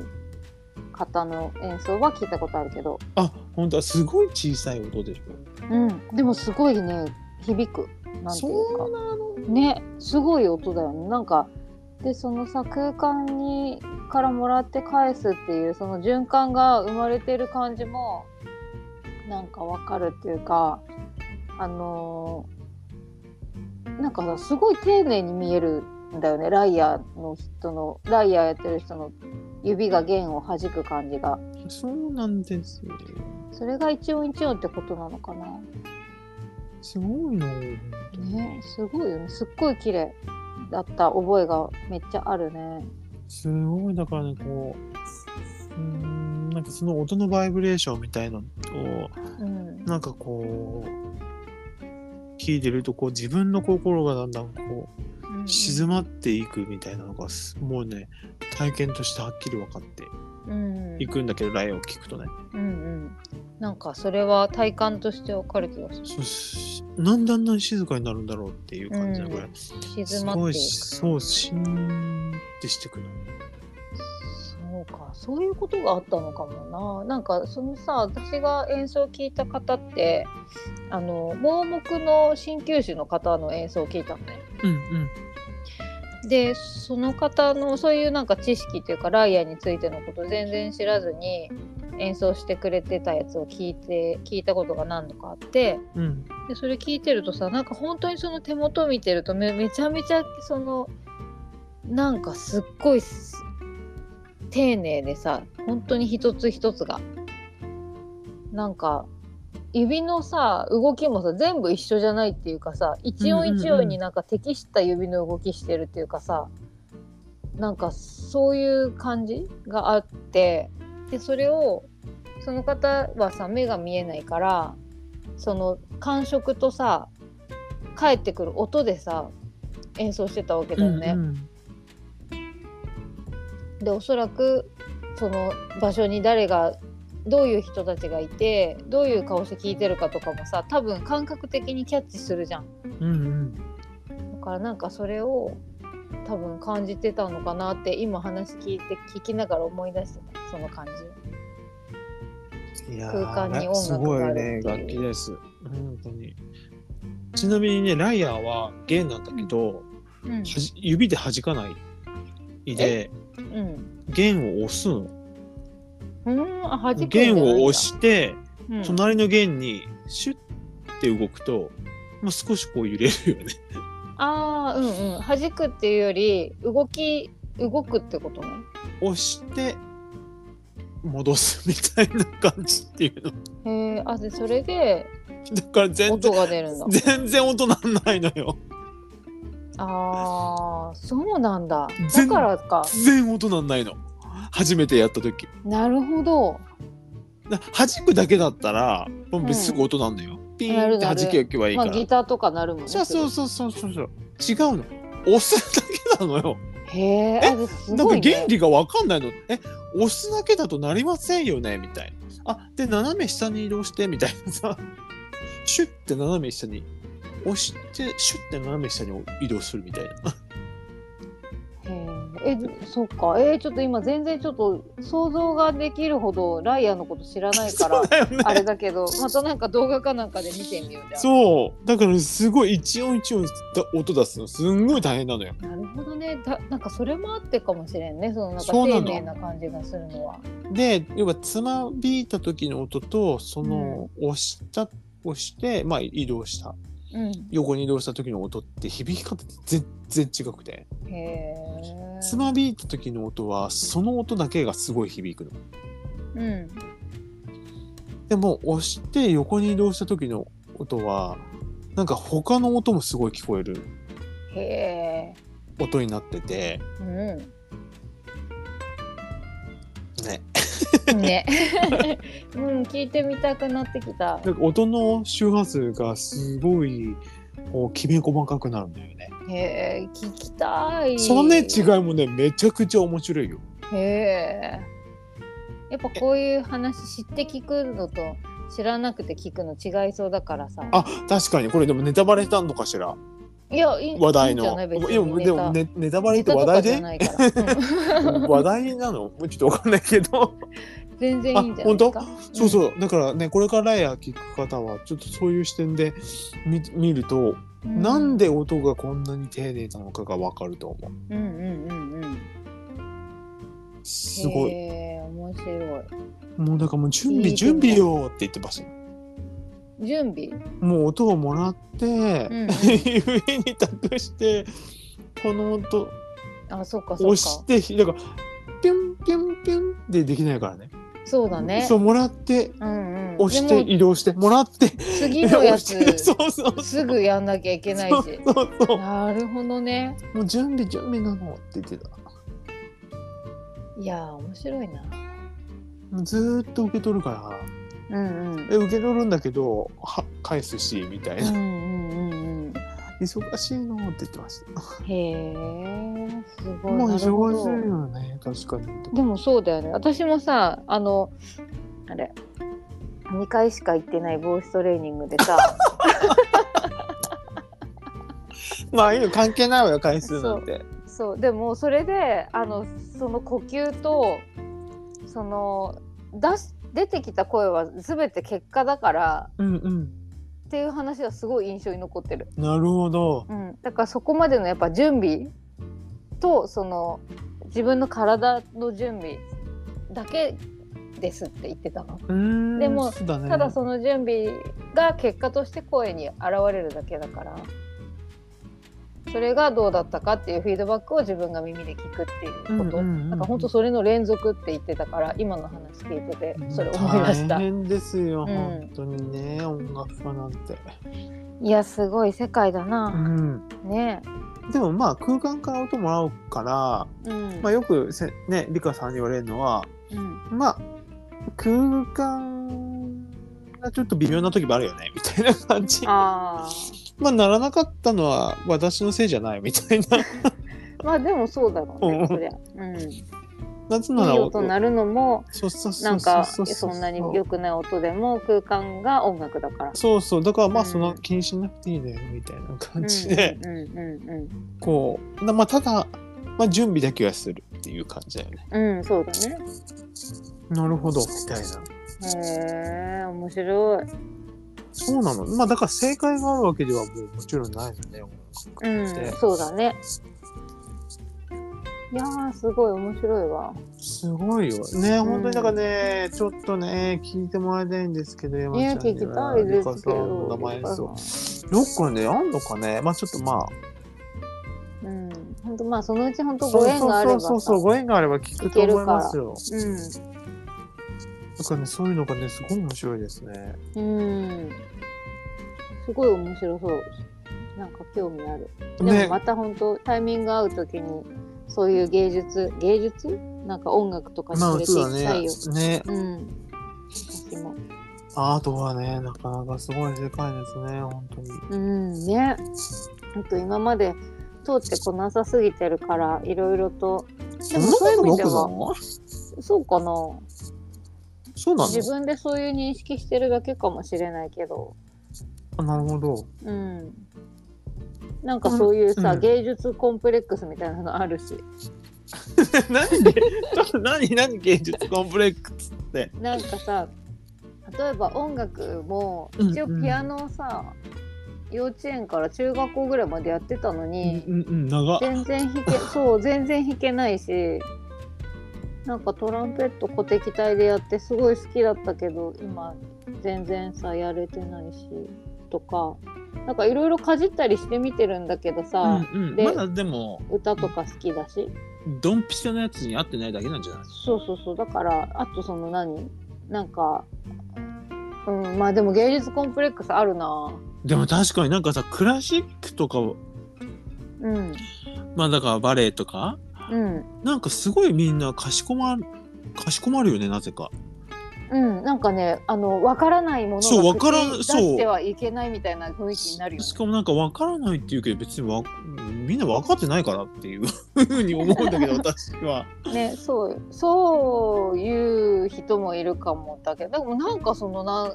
方の演奏は聞いたことあるけど、あ本当はすごい小さい音でしょうん、でもすごいね響くなんていうそかうなのねすごい音だよねなんかでそのさ空間にからもらって返すっていうその循環が生まれてる感じもなんかわかるっていうかあのーなんかさすごい丁寧に見えるんだよねライアーの人のライアーやってる人の指が弦を弾く感じがそうなんですよそれが一音一音ってことなのかなすごいのねすごいよねすっごい綺麗だった覚えがめっちゃあるねすごいだからねこううーんなんかその音のバイブレーションみたいのをうんなんかこう聞いてるとこう自分の心がだんだんこう静まっていくみたいなのがすもうね体験としてはっきり分かってうんいくんだけど、ライオンを聞くとねうんうんなんかそれは体感としてわかる気がするそうすなんであんなに静かになるんだろうっていう感じだこれ、うんす静まごっいていくそうしんってしてくるそうかそういうことがあったのかもななんかそのさ私が演奏を聞いた方ってあの盲目の鍼灸師の方の演奏を聞いたのねうんうんでその方のそういうなんか知識というかライアーについてのこと全然知らずに演奏してくれてたやつを聞いて聞いたことが何度かあってうんでそれ聞いてるとさなんか本当にその手元見てるとめめちゃめちゃそのなんかすっごいす丁寧でさ本当に一つ一つがなんか指のさ動きもさ全部一緒じゃないっていうかさ一音一うんうんう音んになんか適した指の動きしてるっていうかさ、なんかそういう感じがあってでそれをその方はさ目が見えないからその感触とさ帰ってくる音でさ演奏してたわけだよね。うんでおそらくその場所に誰がどういう人たちがいてどういう顔して聞いてるかとかもさ多分感覚的にキャッチするじゃん。うんうんだからなんかそれを多分感じてたのかなって今話聞いて聞きながら思い出してたその感じ。うんいや空間にー音す楽ごがあいるねっていう楽器です本当にちなみにねライアーは弦なんだけど、うんはじ指で弾かないでうん弦を押すのうん、あ弾くんじゃないんだ弦を押して、うん隣の弦にシュッって動くと、まあ、少しこう揺れるよね。 ああうんうん弾くっていうより動き動くってことね押して戻すみたいな感じっていうの。へえあでそれでだから全音然が出るんだ全然音なんないのよ。あーそうなんだだ全からか全然音なんないの。初めてやった時。なるほどな弾くだけだったらポンうんビすぐ音なんのよ。ピーなンるってな弾るけよけばいいまかあら。ギターとかなるもんねそうそうそうそうそうそう。違うの。押すだけなのよ。へえあですなんごかい、ね、原理がわかんないの。え、押すだけだとなりませんよねみたいな。あ、で斜め下に移動してみたいなさ。 シュッて斜め下に押してシュッて斜め下に移動するみたいな。へええそっかえー、ちょっと今全然ちょっと想像ができるほどライアーのこと知らないからそうだよね。あれだけどまたなんか動画かなんかで見てみようじゃあそうだからすごい一音一音音出すのすんごい大変なのよなるほどね。だなんかそれもあってかもしれんね。そのなんかそうな丁の寧な感じがするのは。で要はつまびいた時の音とその押した押してまあ移動したうん。横に移動した時の音って響き方って全然違くてへえ。つまびいた時の音はその音だけがすごい響くのうん。でも押して横に移動した時の音はなんか他の音もすごい聞こえるへえ。音になっててうねん。 ね。うん聞いてみたくなってきた。なんか音の周波数がすごいこうきめ細かくなるんだよねへえ聞きたい。そのね違いもねめちゃくちゃ面白いよ。へえ。やっぱこういう話知って聞くのと知らなくて聞くの違いそうだからさ。あ確かにこれでもネタバレしたのかしらいやいい話題いいんの。じゃないい別やにでもネタねネタバレネっタてと話か題じゃでないから。うん話題なのもうちょっとわかんないけど。全然いいんじゃないですか。そうそうだからねこれからライアー聞く方はちょっとそういう視点で見見ると、うなんで音がこんなに丁寧なのかがわかると思うんうんうんうん。う。すごい。へー面白もうだからもう準い備いです準ね備よって言ってました。い。準備。もう音をもらって、んう ん上に託してこの音あ、そうかそ押うか。してだからピュンピュンピュンってできないからねそうだね。そうもらってうんうん。押してでも移動してもらって次のや つ押してそうそうそうすぐやんなきゃいけないそうし。そうそうなるほどね。もう準備準備なのって言ってたいやー面白いな。もうずーっと受け取るからうんうん。え受け取るんだけどは返すしみたいうんなうんうん忙しいのって言ってましたうん。へえ。すごい。もうなるほ忙しどいよね確かにでもそうだよね。私もさ、あの、あれ、2回しか行ってないボイストレーニングでさ、まあいいの関係ないわよ回数なんてそうでもそれであのその呼吸とその出し出てきた声は全て結果だからうんうんっていう話はすごい印象に残ってる、なるほど。うん、だからそこまでのやっぱ準備とその自分の体の準備だけですって言ってたの、うーんでもそうだね、ただその準備が結果として声に現れるだけだからそれがどうだったかっていうフィードバックを自分が耳で聞くっていうこと、なんか本当それの連続って言ってたから今の話聞いててそれ思い出した大。変ですよ、うん本当にね、音楽家なんて。いやすごい世界だうな。ん。ねでもまあ空間から音もらうから、え。うんまあよくせねリカさんに言われるのは、うんまあ空間がちょっと微妙な時もあるよねみたいな感じ。あまあならなかったのは私のせいじゃないみたい な。あまあでもそうだろううねんそりゃ。うん。いなぜいなら音になるのもそうそうそうそうなんかそうそんなに良くない音でも空間が音楽だから。そうそうだからまあうんその気にしなくていいだよみたいなうん感うじで、んうんうんこうなまあただ、まあ、準備だけはするっていう感じだよねうんうんそうだね。なるほどみたいなへえ面白い。そうなのまあだから正解があるわけではもうもちろんないのねうんそうだね。いやーすごい面白いわ。すごいよ。ね、うん本当にだからね、ちょっとね、聞いてもらいたいんですけど、山ちねゃん聞にきはたいですけリカさんの名ど。前そう。う。どっかね、あんのかね。まあちょっとまあ。うん。本当まあそのうち本当ご縁があればそさ。うそうそうそう、ご縁があれば聞くと思いますよ。うん。だからね、そういうのがね、すごい面白いですね。うん。すごい面白そう。なんか興味ある。でもね、また本当タイミング合うときにそういう芸術芸術なんか音楽とかにまあ触れていそうきただいねよ。。ね、うん。私も。アートはね、なかなかすごい世界ですね、本当に。うんね。あと今まで通ってこなさすぎてるからいろいろと。でもそういう意味ではのそうかな。そうな自分でそういう認識してるだけかもしれないけど、のなるほど。うん、なんかそういうさ、うん芸術コンプレックスみたいなのあるし 何 で、ちょっと何、何芸術コンプレックスって。なんかさ例えば音楽もうん一応ピアノをさ、幼稚園から中学校ぐらいまでやってたのに、うんうん、長っ。全 然弾けそう全然弾けないしなんかトランペット鼓笛隊でやってすごい好きだったけど今全然さやれてないしとかなんかいろいろかじったりしてみてるんだけどさ、うんうん、でまだでも歌とか好きだしドンピシャのやつに合ってないだけなんじゃないそうそうそうだからあとその何なんかうんまあでも芸術コンプレックスあるなでも確かになんかさクラシックとかうんまあだからバレエとかうんなんかすごいみんなかしこまるかしこまるよねなぜかうん、なんかねあの分からないものそうがわからん口に出そうしてはいけないみたいな雰囲気になるよねし。かもなんか分からないっていうけど別にわみんな分かってないからっていう ふうに思うん だけど私はね、そうそういう人もいるかもだけどでもなんかそのな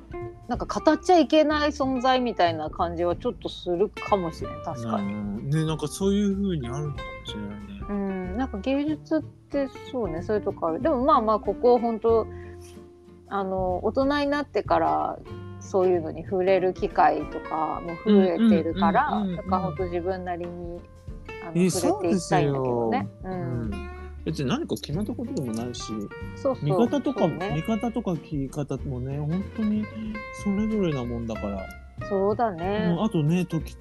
なんか語っちゃいけない存在みたいな感じはちょっとするかもしれん確かに。うんねなんかそういうふうにあるのかもしれないねうん、なんか芸術ってそうねそういうとこあるでもまあまあここ本当あの大人になってからそういうのに触れる機会とかも増えてるかうんらうんうんうんだから本当自分なりにあえの触れていきたいんだけどね。ううんん別に何か決めたことでもないしそうそう見方とかそうも、見ね方とか聞き方もね本当にそれぞれなもんだからそうだねうん、あとね時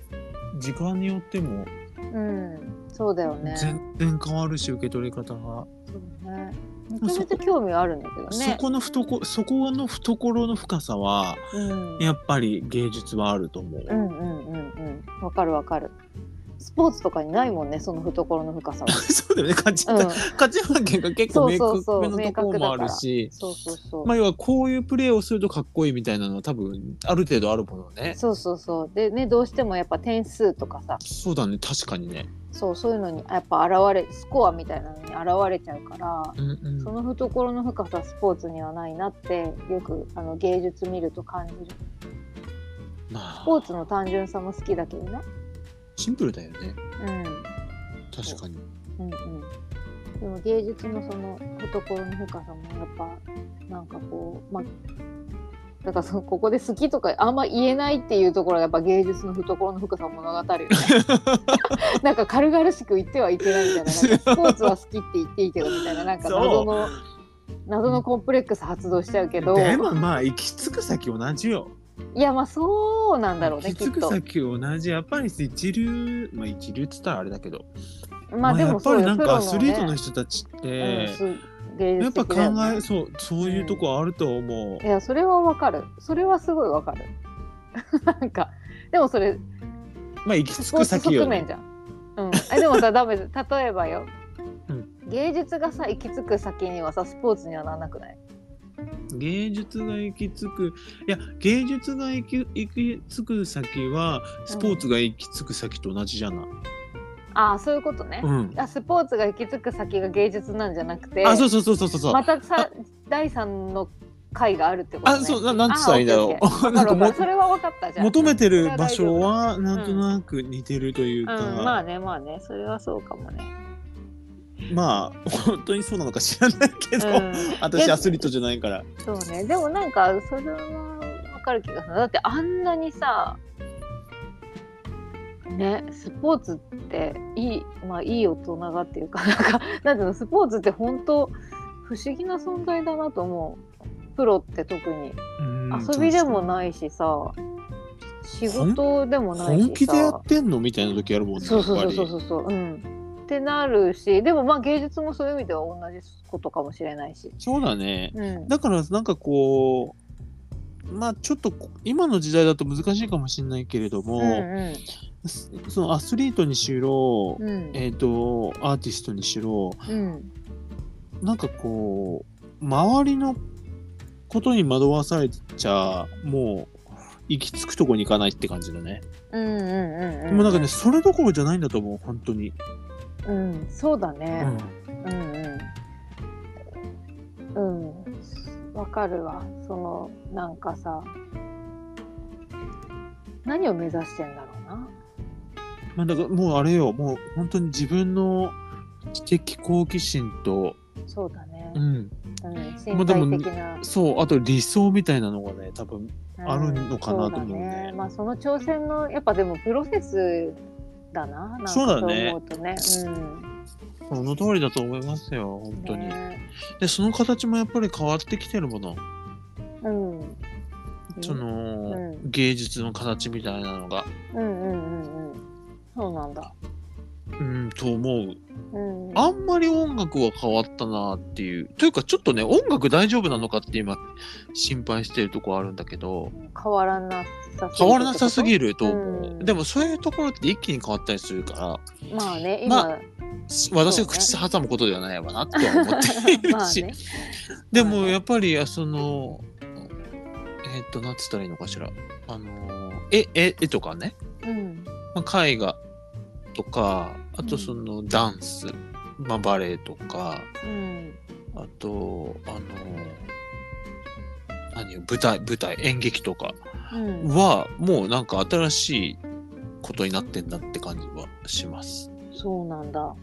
時間によってもうん、そうだよね。全然変わるし、受け取り方が、そうねめちゃめちゃ興味はあるんだけどそね。この懐そこの懐の深さはうん、やっぱり芸術はあると思う、うんうんうんうんわかるわかる。スポーツとかにないもんねその懐の深 さ は。そうだよね勝ち、うん、勝ち負けが結構明そうそうそう確めのところもあるしそうそうそう。まあ要はこういうプレーをするとかっこいいみたいなのは多分ある程度あるものねそうそうそうでねどうしてもやっぱ点数とかさそうだね確かにね、そうそういうのにやっぱ現れスコアみたいなのに現れちゃうから、うんうんその懐の深さスポーツにはないなってよくあの芸術見ると感じるまスあポーツの単純さも好きだけどねシンプルだよねうん確かにうんうんでも芸術のその懐の深さもやっぱなんかこうまあだからそのここで好きとかあんま言えないっていうところがやっぱ芸術の懐の深さを物語 るよねなんか軽々しく言ってはいけないみ たいななんかスポーツは好きって言っていいけどみたいななんか謎の謎のコンプレックス発動しちゃうけどでもまあ行き着く先同じよいやまあそうなんだろうね行ききっ着くと先同じやっぱり一流まあ一流っつったらあれだけどまあでやもっぱそうりよなんプロかのアスリートのね人たちって、うんす芸や術っぱ的考だよねえそうそういうとこあると思う、いやそれはわかるそれはすごいわかる なんかでもそれまあ行きス着ポーくツ先側よ、面ねじ、ゃん、うん、えでもさダメです例えばよ、うん芸術がさ行き着く先にはさスポーツにはならなくない芸術が行き着くいや芸術が行き行き着く先はスポーツが行き着く先と同じじゃない、ああそういうことねう、んあスポーツが行き着く先が芸術なんじゃなくてあそうそうそうそうそう、またさ第三の回があるってこと、ね、あそうななんつったらいいんだろあうオッケーオッケ ーなんかわかるわかもるそれは分かったじゃん求めてるそれ場大丈夫所はなんとなく似てるというか、うんまあねまあねそれはそうかもね、まあ本当に そうなのか知らないけうど、ん、私アスリートじゃないからそうねでもなんかそれはわかる気がするだってあんなにさねスポーツっていいまあいい大人がっていうかなんかなんていうのスポーツって本当不思議な存在だなと思うプロって特にうん遊びでもないしさ仕事でもないしさ本気でやってんのみたいな時あるもんねそうそうそやうっぱそうりそうそううんってなるしでもまあ芸術もそういう意味では同じことかもしれないしそうだねうんだからなんかこうまあちょっとこ今の時代だと難しいかもしれないけれどうんも、うそそのアスリートにしろ、んうんえっ、とアーティストにしろうんなんかこう周りのことに惑わされちゃもう行き着くとこに行かないって感じだね、うんうんうんでもなんかねそれどころじゃないんだと思う本当に、うんそうだね、うんうんうんうんわかるわそのなんかさ何を目指してんだろうなまあ、だからもうあれよもう本当に自分の知的好奇心と、そうだね、うん、うん、ま身あでも体的な、そうあと理想みたいなのがね多分うんあるのかなと思うねそだまあその挑戦のやっぱでもプロセスだななんかそうだねそう思うとねうんその通りだと思いますよ本当に、ねでその形もやっぱり変わってきてるもの、うんその、う芸術の形みたいなのがうんうんうんうんそうなんだ、うんと思ううん、あんまり音楽は変わったなっていうというかちょっとね音楽大丈夫なのかって今心配してるとこあるんだけど変わらなさすぎる変わらなさすぎるとう思う、んでもそういうところって一気に変わったりするからまあね今、ま私が口挟むことではないわなとは思っている まあし、ね、 でもやっぱりあそのえっ、となんつったらいいのかしらあの絵絵絵とかね、うんまあ、絵画とかあとそのダンス、まあ、バレエとかうんあとあの何よ舞台舞台演劇とかうん、はもうなんか新しいことになってんだって感じはします。そうなんだ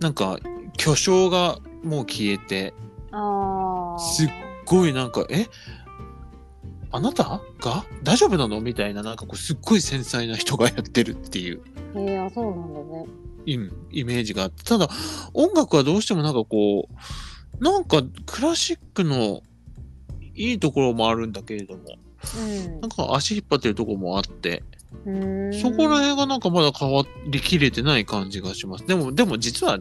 なんか巨匠がもう消えてあーすっすっごいなんか「えあなたが大丈夫なの?」みたいななんかこうすっごい繊細な人がやってるっていう、へえあそうなんだねうんイメージがあってただ音楽はどうしてもなんかこうなんかクラシックのいいところもあるんだけれどもなんか足引っ張ってるところもあってうんそこらへ辺がなんかまだ変わりきれてない感じがしますでもでも実は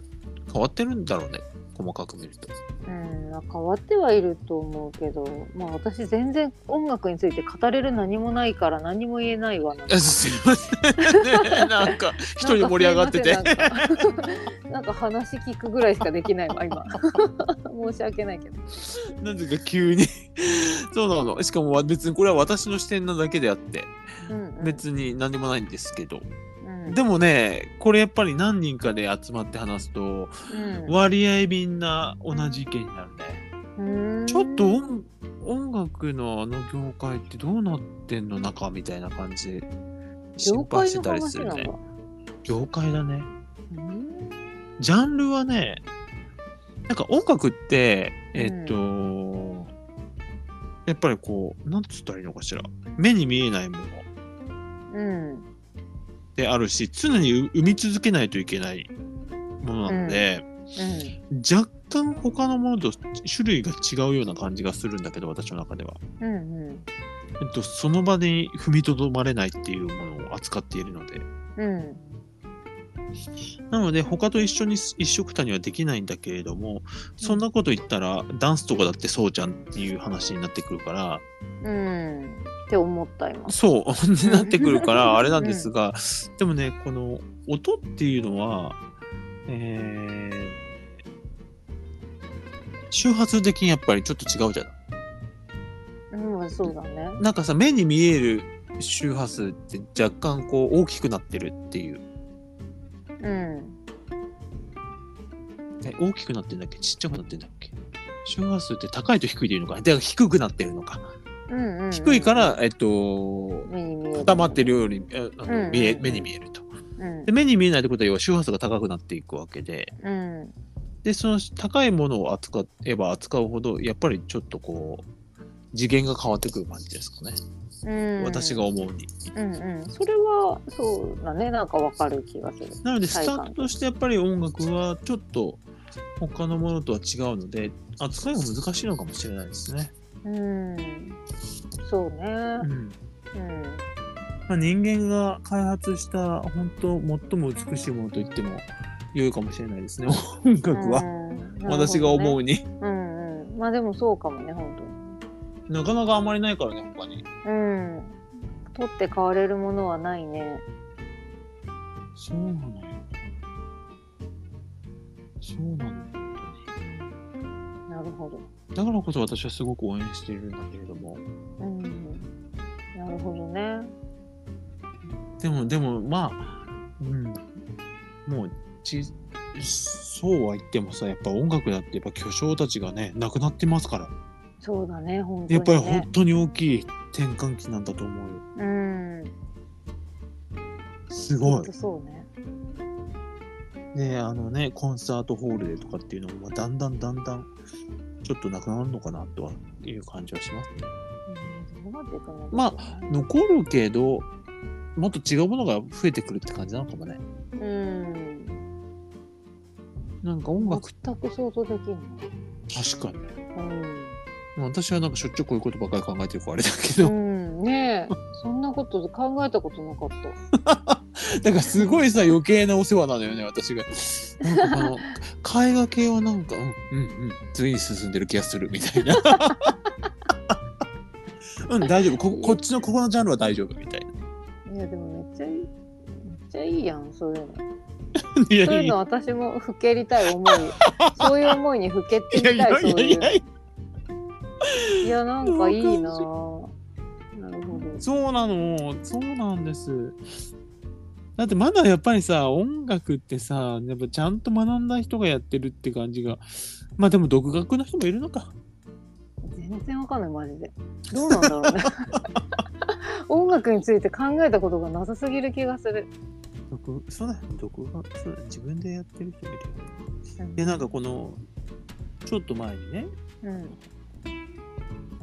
変わってるんだろうね細かく見ると。うんまあ変わってはいると思うけどまあ私全然音楽について語れる何もないから何も言えないわなんかあすいません、ね、なんか一人盛り上がっててなんかすいませんなんかなんか話聞くぐらいしかできない わ今申し訳ないけどなんていうか急にそうなのしかも別にこれは私の視点なだけであってうんうん別に何でもないんですけど、うんでもねこれやっぱり何人かで集まって話すとうん割合みんな同じ意見になるね、うんちょっと音音楽のあの業界ってどうなってんの中みたいな感じで心業配界してのたりす話るなんだね業界だねうんジャンルはねなんか音楽ってえっと、やっぱりこうなんつったらいいのかしら目に見えないものうんであるし常に生み続けないといけないものなので、うん若干他のものと種類が違うような感じがするんだけど私の中では、うんうんえっと、その場に踏みとどまれないっていうものを扱っているのでうんなので他と一緒に一色たにはできないんだけれどもそんなこと言ったらダンスとかだってそうじゃんっていう話になってくるからうんって思った今。そう なってくるからあれなんですが、でもねこの音っていうのは、えー周波数的にやっぱりちょっと違うじゃないうん、そうだね。なんかさ目に見える周波数って若干こう大きくなってるっていううん。え大きくなってんだっけちっちゃくなってんだっけ周波数って高いと低いでいいのかだから低くなってるのか、うんうん、うん。低いからえっと目に見える。固まってるよりえあうんうのん見え目に見えるとうんで。目に見えないってことは要は周波数が高くなっていくわけで、うん。でその高いものを扱えば扱うほどやっぱりちょっとこう次元が変わってくる感じですかね。うん、私が思うに。うんうん、それはそうだねなんかわかる気がする。なのでス体タ感ートとしてやっぱり音楽はちょっと他のものとは違うので扱いが難しいのかもしれないですね。うん、そうね。うんうん、まあ、人間が開発した本当最も美しいものと言っても良いかもしれない ですね音楽は、うん私が思ううにん。うんうん、まあでもそうかもね本当に。なかなかあまりないからね他にうん、取って代われるものはないね。そうなのよそうなのよ本なるほど。当にだからこそ私はすごく応援しているんだけれどもうん、なるほどね。でもでもまあうんもうちそうは言ってもさやっぱ音楽だってやっぱ巨匠たちがね亡くなってますからそうだね本当に、ね。やっぱり本当に大きい転換期なんだと思うようん、すほごんいとそうね。であのねコンサートホールでとかっていうのもまあだんだんだんだんちょっとなくなるのかなとはいう感じはしますうん、どうなっていくのま残るけどもっと違うものが増えてくるって感じなのかもねうん、なんか音楽全く想像できん確かにの。うん。私はなんかしょっちゅうこういうことばっかり考えてるからあれだけうど、ん、ねえ、そんなこと考えたことなかった。だからすごいさ余計なお世話なのよね私がなんかこの 絵画系はなんかうんうんうん次に進んでる気がするみたい なうん大丈夫ここっちのここのジャンルは大丈夫みたいないや、でもめっちゃいい。めっちゃいいやん、そういうの。いやそういうの私もふけりたい思い。そういう思いにふけってみたい、そういう。いやいや、なんかいい なぁ。なるほど。そうなのそうなんですだってまだやっぱりさ音楽ってさやっぱちゃんと学んだ人がやってるって感じがまあでも独学の人もいるのか全然わかんない、マジで。どうなん だろうね。音楽について考えたことがなさすぎる気がする。独そうだよね独学そうだよね自分でやってる人もいるよねでなんかこのちょっと前にねうん。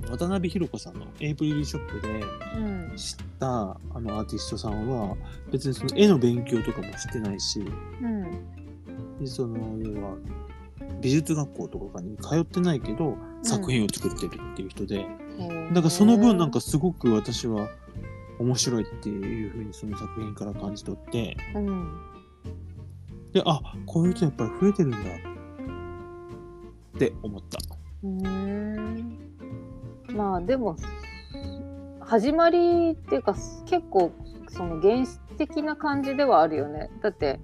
渡辺裕子さんのエイプリルショップでうん。知ったあのアーティストさんは別にその絵の勉強とかもしてないしうん。でその要は美術学校とかに通ってないけど作品を作ってるっていう人で、へえだからその分なんか。すごく私は面白いっていう風にその作品から感じ取ってうん。であこういう人やっぱり増えてるんだって思ったうーんまあでも始まりっていうか結構その原始的な感じではあるよねだって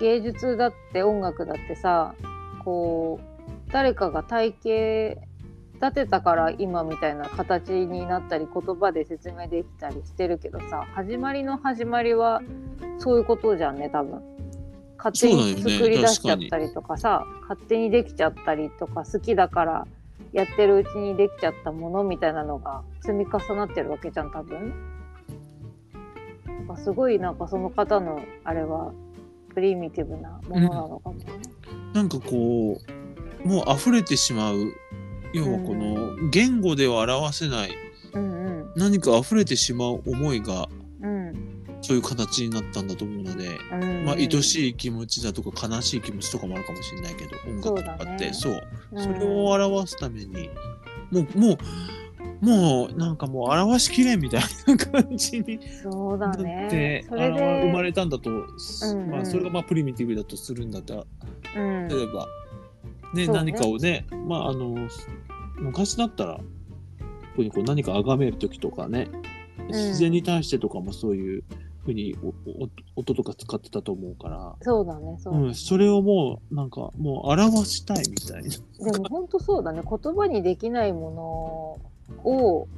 芸術だって音楽だってさこう誰かが体系立てたから今みたいな形になったり言葉で説明できたりしてるけどさ始まりの始まりはそういうことじゃんね多分勝手にそうだよね作り出しちゃったりとかさ勝手にできちゃったりとか好きだからやってるうちにできちゃったものみたいなのが積み重なってるわけじゃん多分。なんかすごいなんかその方のあれはプリミティブなものなのかもね。なんかこうもう溢れてしまう要はこの言語では表せないうん何か溢れてしまう思いがうんそういう形になったんだと思うので、うん。まあ、愛いしい気持ちだとか悲しい気持ちとかもあるかもしれないけど音楽とかってそそう,、それを表すためにもうもうもうなんかもう表しきれんみたいな感じにそうだなっねて。それであの生まれたんだと、んまあ、それがまあプリミティブだとするんだったらうん例えば、ねそう何ねかをね、まあ、あの昔だったら特にこう何か崇める時とかね自然に対してとかもそういうふうにおお音とか使ってたと思うから、そうだね。そうう。ん、それをもうなんかもう表したいみたいな。でも本当そうだね。言葉にできないものを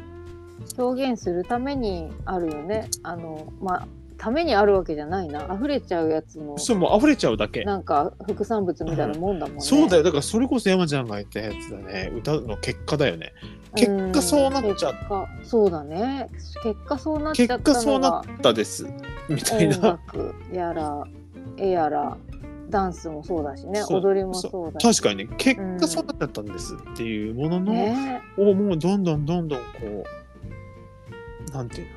表現するためにあるよね。あのまあためにあるわけじゃないな。溢れちゃうやつ のそうもう溢れちゃうだけなんか副産物みたいなもんだもんね。そうだよだからそれこそ山ちゃんが言ったやつだね歌の結果だよね結果そうなっちゃっ結果そうだね結果そうなっちゃった結のが果そうなったですみたい音な楽やら絵やらダンスもそうだしねそう踊りもそうだし確かにね結果そうなっちゃったんですっていうものの、ねをもうどんどんどんどんこうなんていうの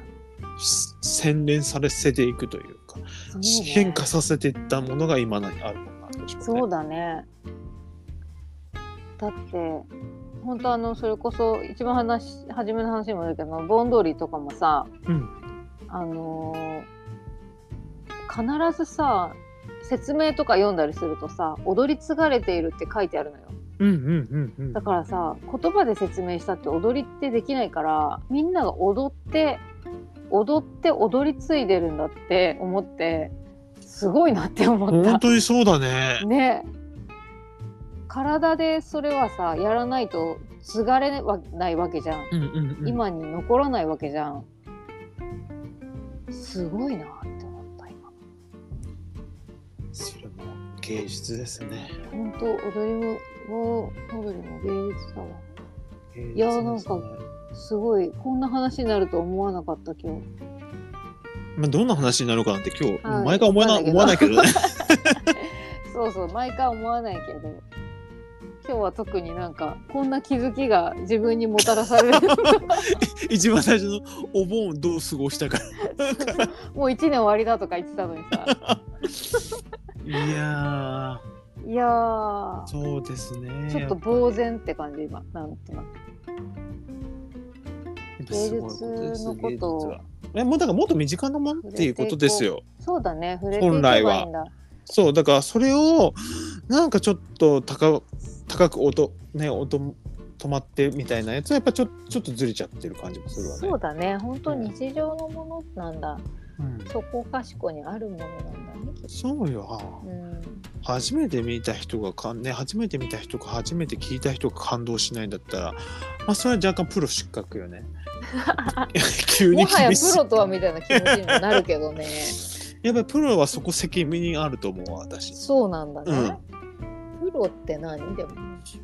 し洗練されせていくというかそうね変化させていったものが今なにあるものなんでしょうね。そうだね。だって本当あのそれこそ一番話初めの話にもだけどあのボンドリーとかもさ、うんあのー必ずさ説明とか読んだりするとさ「踊り継がれている」って書いてあるのよ。うんうんうんうんだからさ言葉で説明したって踊りってできないからみんなが踊って踊って踊り継いでるんだって思ってすごいなって思った本。当にそうだね。ね体でそれはさやらないと継がれないわけじゃん、うんうんうん、今に残らないわけじゃんすごいなって思った今それも芸術ですね。本当踊りもも踊りも芸術だわ芸術いやですねなんかすごいこんな話になると思わなかった今日まあ、どんな話になるかなんて今日、はい毎回思わなわかんないけど思わないけどね。そうそう毎回思わないけど今日は特になんかこんな気づきが自分にもたらさ れる一番最初のお盆をどう過ごしたか。もう1年終わりだとか言ってたのにさ いやいやーー、そうですね。ちょっとやぱ呆然って感じ今なんとなくりすごいことです芸術のことを芸術はえもうだからもっと身近なもんっていうことですよ。そうだね触れていけばいいんだそうだからそれをなんかちょっと高高く音ね音止まってみたいなやつはやっぱちょちょっとずれちゃってる感じもするわね。そうだね本当日常のものなんだ、うんそこかしこにあるものなんだねきっそうよ。とうん初めて見た人がかんね初めて見た人か初めて聞いた人が感動しないんだったら、まあそれは若干プロ失格よ ね。急にもはや厳プしい。ロとはみたいな気持ちにもなるけ どねやっぱりプロはそこ責任あると思うわ私。そうなんだね、プロって何でも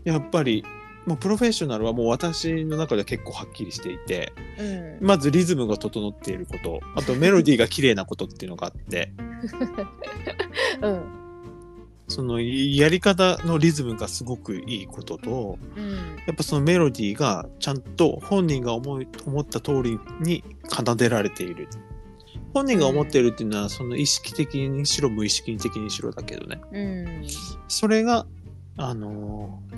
やっぱり。もうプロフェッショナルはもう私の中では結構はっきりしていてうんまずリズムが整っていることあとメロディーが綺麗なことっていうのがあってうんそのやり方のリズムがすごくいいこととうんやっぱそのメロディーがちゃんと本人が思い思った通りに奏でられている。本人が思っているっていうのは、その意識的にしろ無意識的にしろだけどね。うんそれが、あのー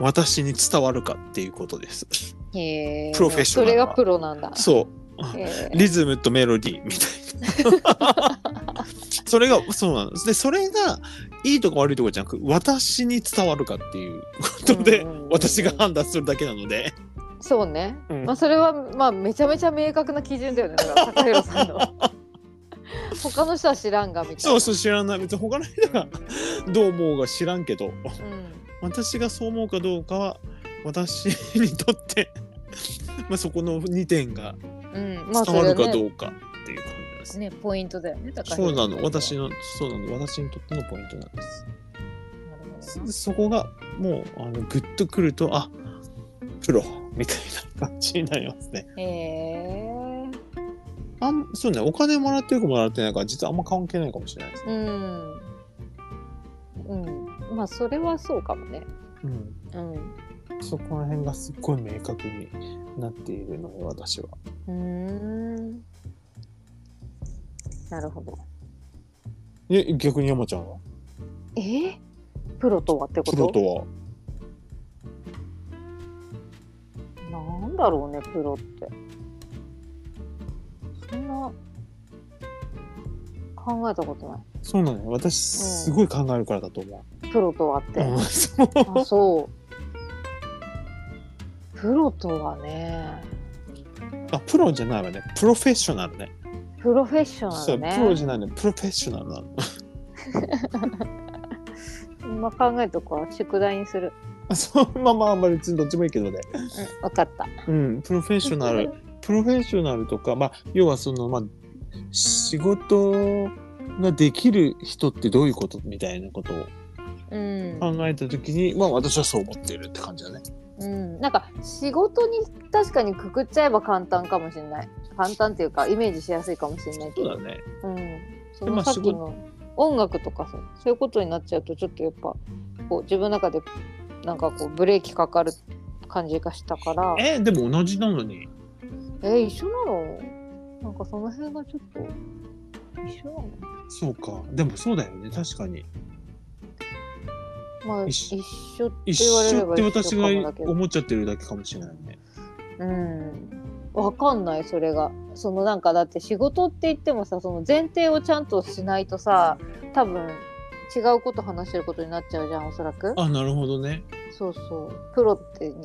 私に伝わるかっていうことです。へえプロフェッショナルそはれがプロなんだそう。へえ リズムとメロディーみたいな。 それが、そうなんです。で、それが、いいとか悪いとかじゃなく、私に伝わるかっていうことでうんうんうんうん、私が判断するだけなので。そうね、うんまあそれはまあめちゃめちゃ明確な基準だよねだから高弘さ んの他の人は知らんがみたいなそうそう知らない別に他の人が どう思うか知らんけどう私がそう思うかどうかは私にとって まあそこの2点がん、うん、まあそ伝われるはかねどうかっていう感じです、ねポイントだよね高そうなの私ののそうなの私にとってのポイントなんですそそこがもうあのグッとくるとあプロみたいな感じになりますねへえあんそうねお金もらってるかもらってないか実はあんま関係ないかもしれないですね、うんうんまあそれはそうかもねうんそこら辺がすっごい明確になっているので私は。うんうーんなるほどえ逆に山ちゃんはえー、プロとはってことプロとはなんだろうねプロってそんな考えたことなそうなのよ私すごい考えるからだと思いプロとはっう。て、うん、そうあそうプロとはねあプロじゃないわねプロフェッショナルね。プロフェッショナそうルプロねじゃないのプロフェッショナルなの。今考えとこう宿題にするあそうまあまあまあ別にどっちもいいけどね。うん分かったうんプロフェッショナ ルプロフェッショナルとかまあ要はそのまあ仕事ができる人ってどういうことみたいなことをうん、考えた時にまあ私はそう思ってるって感じだね。うん、なんか仕事に確かにくくっちゃえば簡単かもしれない簡単っていうかイメージしやすいかもしれないけそうどだね。うん、そまのあさっき仕の音楽とかさそういうことになっちゃうとちょっとやっぱこう自分の中でなんかこうブレーキかかる感じがしたからえでも同じなのにえー一緒なのなんかその辺がちょっと一緒なのそうかでもそうだよね確かにまあ一緒一緒って一言われれ緒ばって私がかもだけど思っちゃってるだけかもしれないねうんわかんないそれがそのなんかだって仕事って言ってもさその前提をちゃんとしないとさ多分違うこと話してることになっちゃうじゃんおそらくあなるほどねそうそうプロってに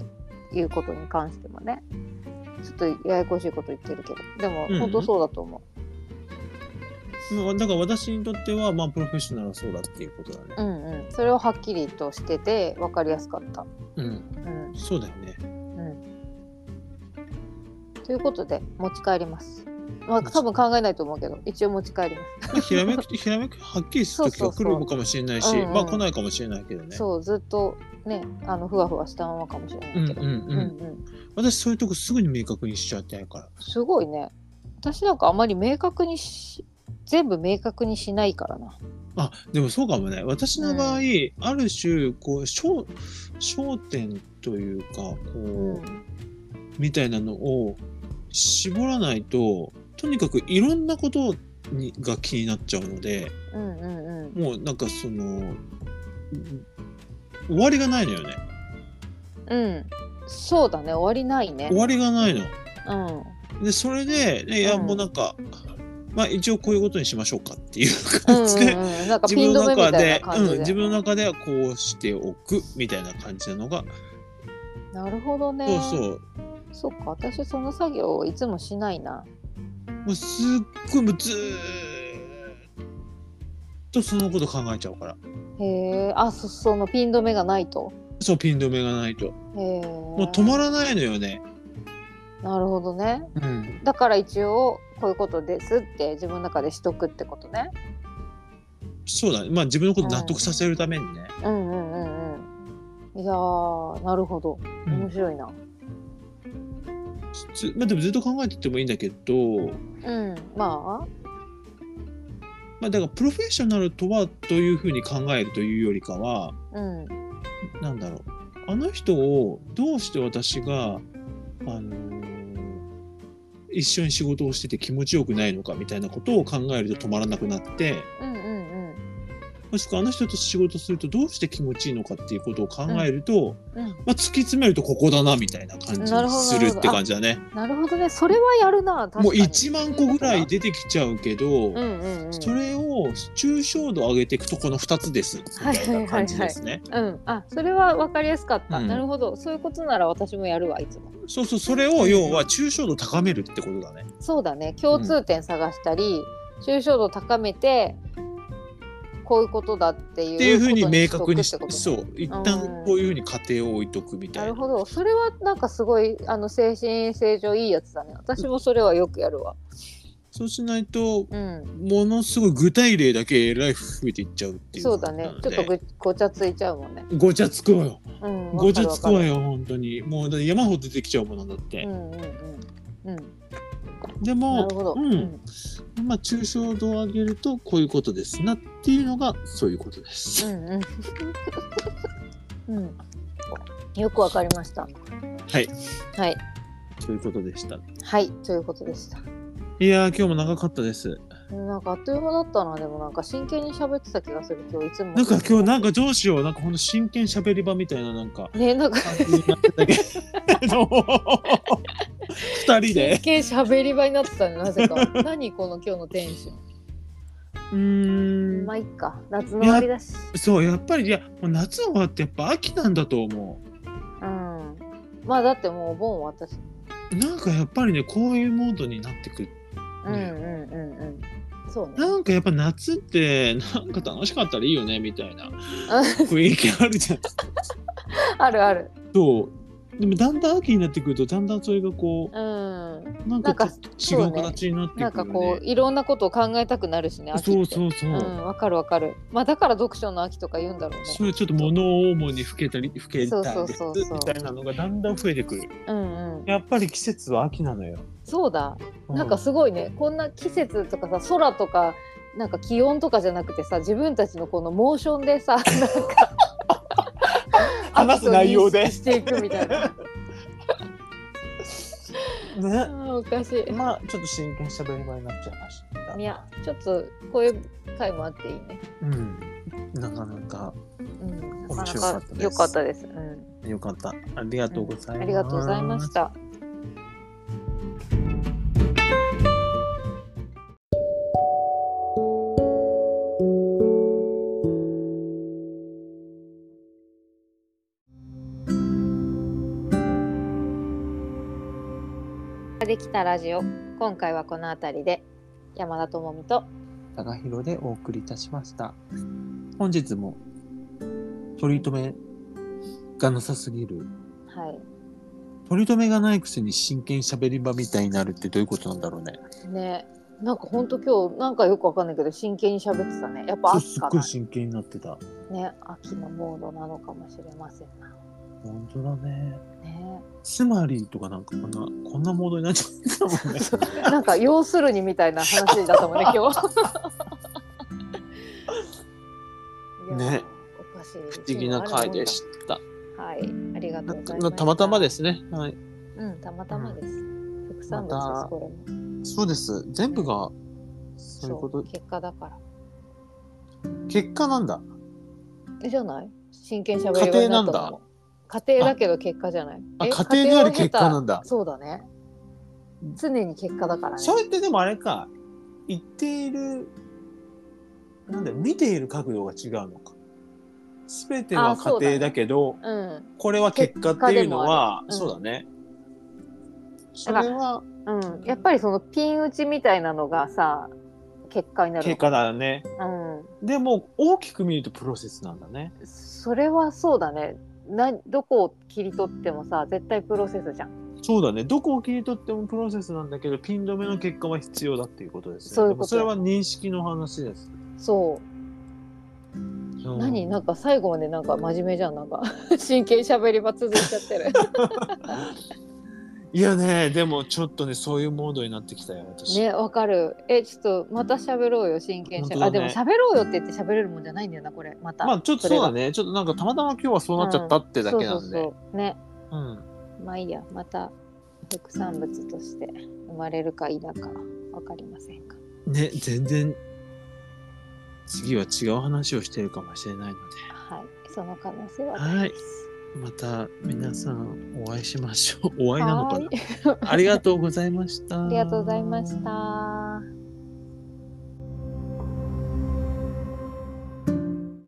いうことに関してもねちょっとややこしいこと言ってるけどでも、うん本当そうだと思まあだから私にとってはまあプロフェッショナルはそうだっていうことだねううんうんそれをはっきりとしてて分かりやすかったうんうんそうだよねということで持ち帰りますまあ多分考えないと思うけど一応持ち帰りますまあひらめく とひらめくはっきりする時が来るのかもしれないそうしそうそうまあうんうん来ないかもしれないけどねそうずっとねあのふわふわしたままかもしれうなんいうけんど、うん、うんうん私そういうとこすぐに明確にしちゃってないからすごいね私なんかあまり明確にし全部明確にしないからなあでもそうかもね私の場合、うある種こう焦焦点というかこう、うんみたいなのを絞らないととにかくいろんなことにが気になっちゃうのでうんうんうんもうなんかそのうん終わりがないのよねうんそうだね終わりないね終わりがないの。うんでそれで、ねいやうんもうなんか、まあ一応こういうことにしましょうかっていうう感じで。んうんうん、なんか自ピ分ンの止めみ中たいでな、感うん、じで。自分の中ではこうしておくみたいな感じなのが、なるほどね。そうそうそうか、私その作業をいつもしないな。もうすっごいもうずーっとそのこと考えちゃうからへえ、あ、そそのピン止めがないと。そうピン止めがないとへえ。もう止まらないのよね、なるほどね。うん、だから一応こういうことですって自分の中でしとくってことね。そうだねまあ自分のこと納得させるためにね、うんうんうんうん。いやー、なるほど。うん面白いな。ずまあ、でもずっと考えててもいいんだけど、うん、ままあ、だからプロフェッショナルとはというふうに考えるというよりかはあ、うん、なんだろうあの人をどうして私が、あのー一緒に仕事をしてて気持ちよくないのかみたいなことを考えると止まらなくなってうんうんもしくはあの人と仕事するとどうして気持ちいいのかっていうことを考えると、うんうん。まあ、突き詰めるとここだなみたいな感じなにるほどするって感じだね。なるほどね。それはやるな。確かにもう1万個ぐらい。出てきちゃうけど、うんうんうん。それを抽象度上げていくとこの2つですみたいな感じですね。うん、あそれは分かりやすかった、うんなるほどそういうことなら私もやるわいつもそうそうそれを要は抽象度高めるってことだね。そうだね共通点探したり、抽象度高めてこういうことだっていうっていうふうに明こと確ににししとくってことそう一旦こういうふうに仮定を置いとくみたないるな。ほどそれはなんかすごいあの精神正常いいやつだね私もそれはよくやるわそうしないとうんものすごい具体例だけライフ増えていっちゃうっていうそう感じなだねのちょで。っとぐごちゃついちゃうもんねごちゃつくわよ。うんごちゃつくわよよ本当に。もうだって山ほど出てきちゃうものだっうて。んうんうんうんでなもるほど、うんまあ、抽象度を上げるとこういうことですなっていうのがそういうことです。うん うん。うん。よくわかりました。はい、はい。ということでした。はい。ということでした。いやー今日も長かったです。なんかあっという間だったな、でもなんか真剣に喋ってた気がする、今日いつも。なんか今日なんかどうしようなんかほんと真剣喋り場みたいななん かね、なんか感じになってたけど二人真 で剣喋り場になってたね、なぜか。 何この今日のテンショうン。ーんまあいっか。夏の終わりだし。そうやっぱりいやもう夏終わってやっぱ秋なんだと思うん。まあだってもうお盆終わったし。うなんかやっぱりねこういうモードになってくるうんうんうんうん。そうね。なんかやっぱ夏ってなんか楽しかったらいいよねみたいな雰囲気あるじゃんあるある。そうでもだんだん秋になってくるとだんだんそれがこうん。うなんなかんかちょっと違う形になってくるなよんかねこう、いろんなことを考えたくなるしね、秋ってそうそうそう、うん、わかるわかる。まあだから読書の秋とか言うんだろうね。それちょっと物を主にふけたりふけたりそうそうそうそうみたいなのがだんだん増えてくるうんうん。やっぱり季節は秋なのよ、そうだ。なんかすごいね。こんな季節とかさ、空とか、なんか気温とかじゃなくてさ、自分たちのこのモーションで さ、なんか話す内容で 秋と認識していくみたいな。あねーおかしい。まあちょっと真剣にしゃべり場になっちゃいましたいや、ちょっとこういう回もあっていいね。うんなかなかうん、な面か白なかかったです良かったです。うん、良かったありがとうございます、ありがとうございました。できたラジオ今回はこの辺りで山田智美と高弘でお送りいたしました本日も取り留めがなさすぎるはい取り留めがないくせに真剣しゃべり場みたいになるってどういうことなんだろうねねなんかほんと今日なんかよくわかんないけど真剣に喋ってたねやっぱそう秋すっかごない真剣になってたね秋のモードなのかもしれませんな本当だねねつまりとかなんかこんなこんなモードになっちゃったもんねなんか要するにみたいな話だったもんね今日いや ねおかしい 不思議な回でしたはいありがとうございなますたまたまですすね、はい、うんたまたまです副ま産物でたすこれもそうです全部がそういうこと結果だから結果なんだえじゃない真剣しゃべり場になったのも家庭だけど結果じゃないあえ家庭である結果を経たなんだそうだね常に結果だからねそれってでもあれか言っているなんだよ見ている角度が違うのか全てはあそう家だね庭だけど、うんこれは結果っていうのは、結そう果でもあだねそだかられはうんやっぱりそのピン打ちみたいなのがさ結果になる結果だねうんでも大きく見るとプロセスなんだねそれはそうだねなどこを切り取ってもさ絶対プロセスじゃんそうだねどこを切り取ってもプロセスなんだけどピン止めの結果は必要だっていうことですねそういうでもことそれは認識の話です、そううん何なんか最後までなんか真面目じゃんなんか 真剣しゃべり場続いちゃって るいやねでもちょっとねそういうモードになってきたよ私ねわかるえちょっとまたしゃべろうよ真剣しゃべ、本あ当でだねもしゃべろうよって言ってしゃべれるもんじゃないんだよなこれまたまあちょっとそうだねちょっとなんかたまたま今日はそうなっちゃったってだけなんそうでそうそうねうんまあいいやまた副産物として生まれるか否かわかりませんがね全然次は違う話をしてるかもしれないのではいその可能性はありますまた皆さんお会いしましょうお会いなのかなはいありがとうございましたありがとうございました。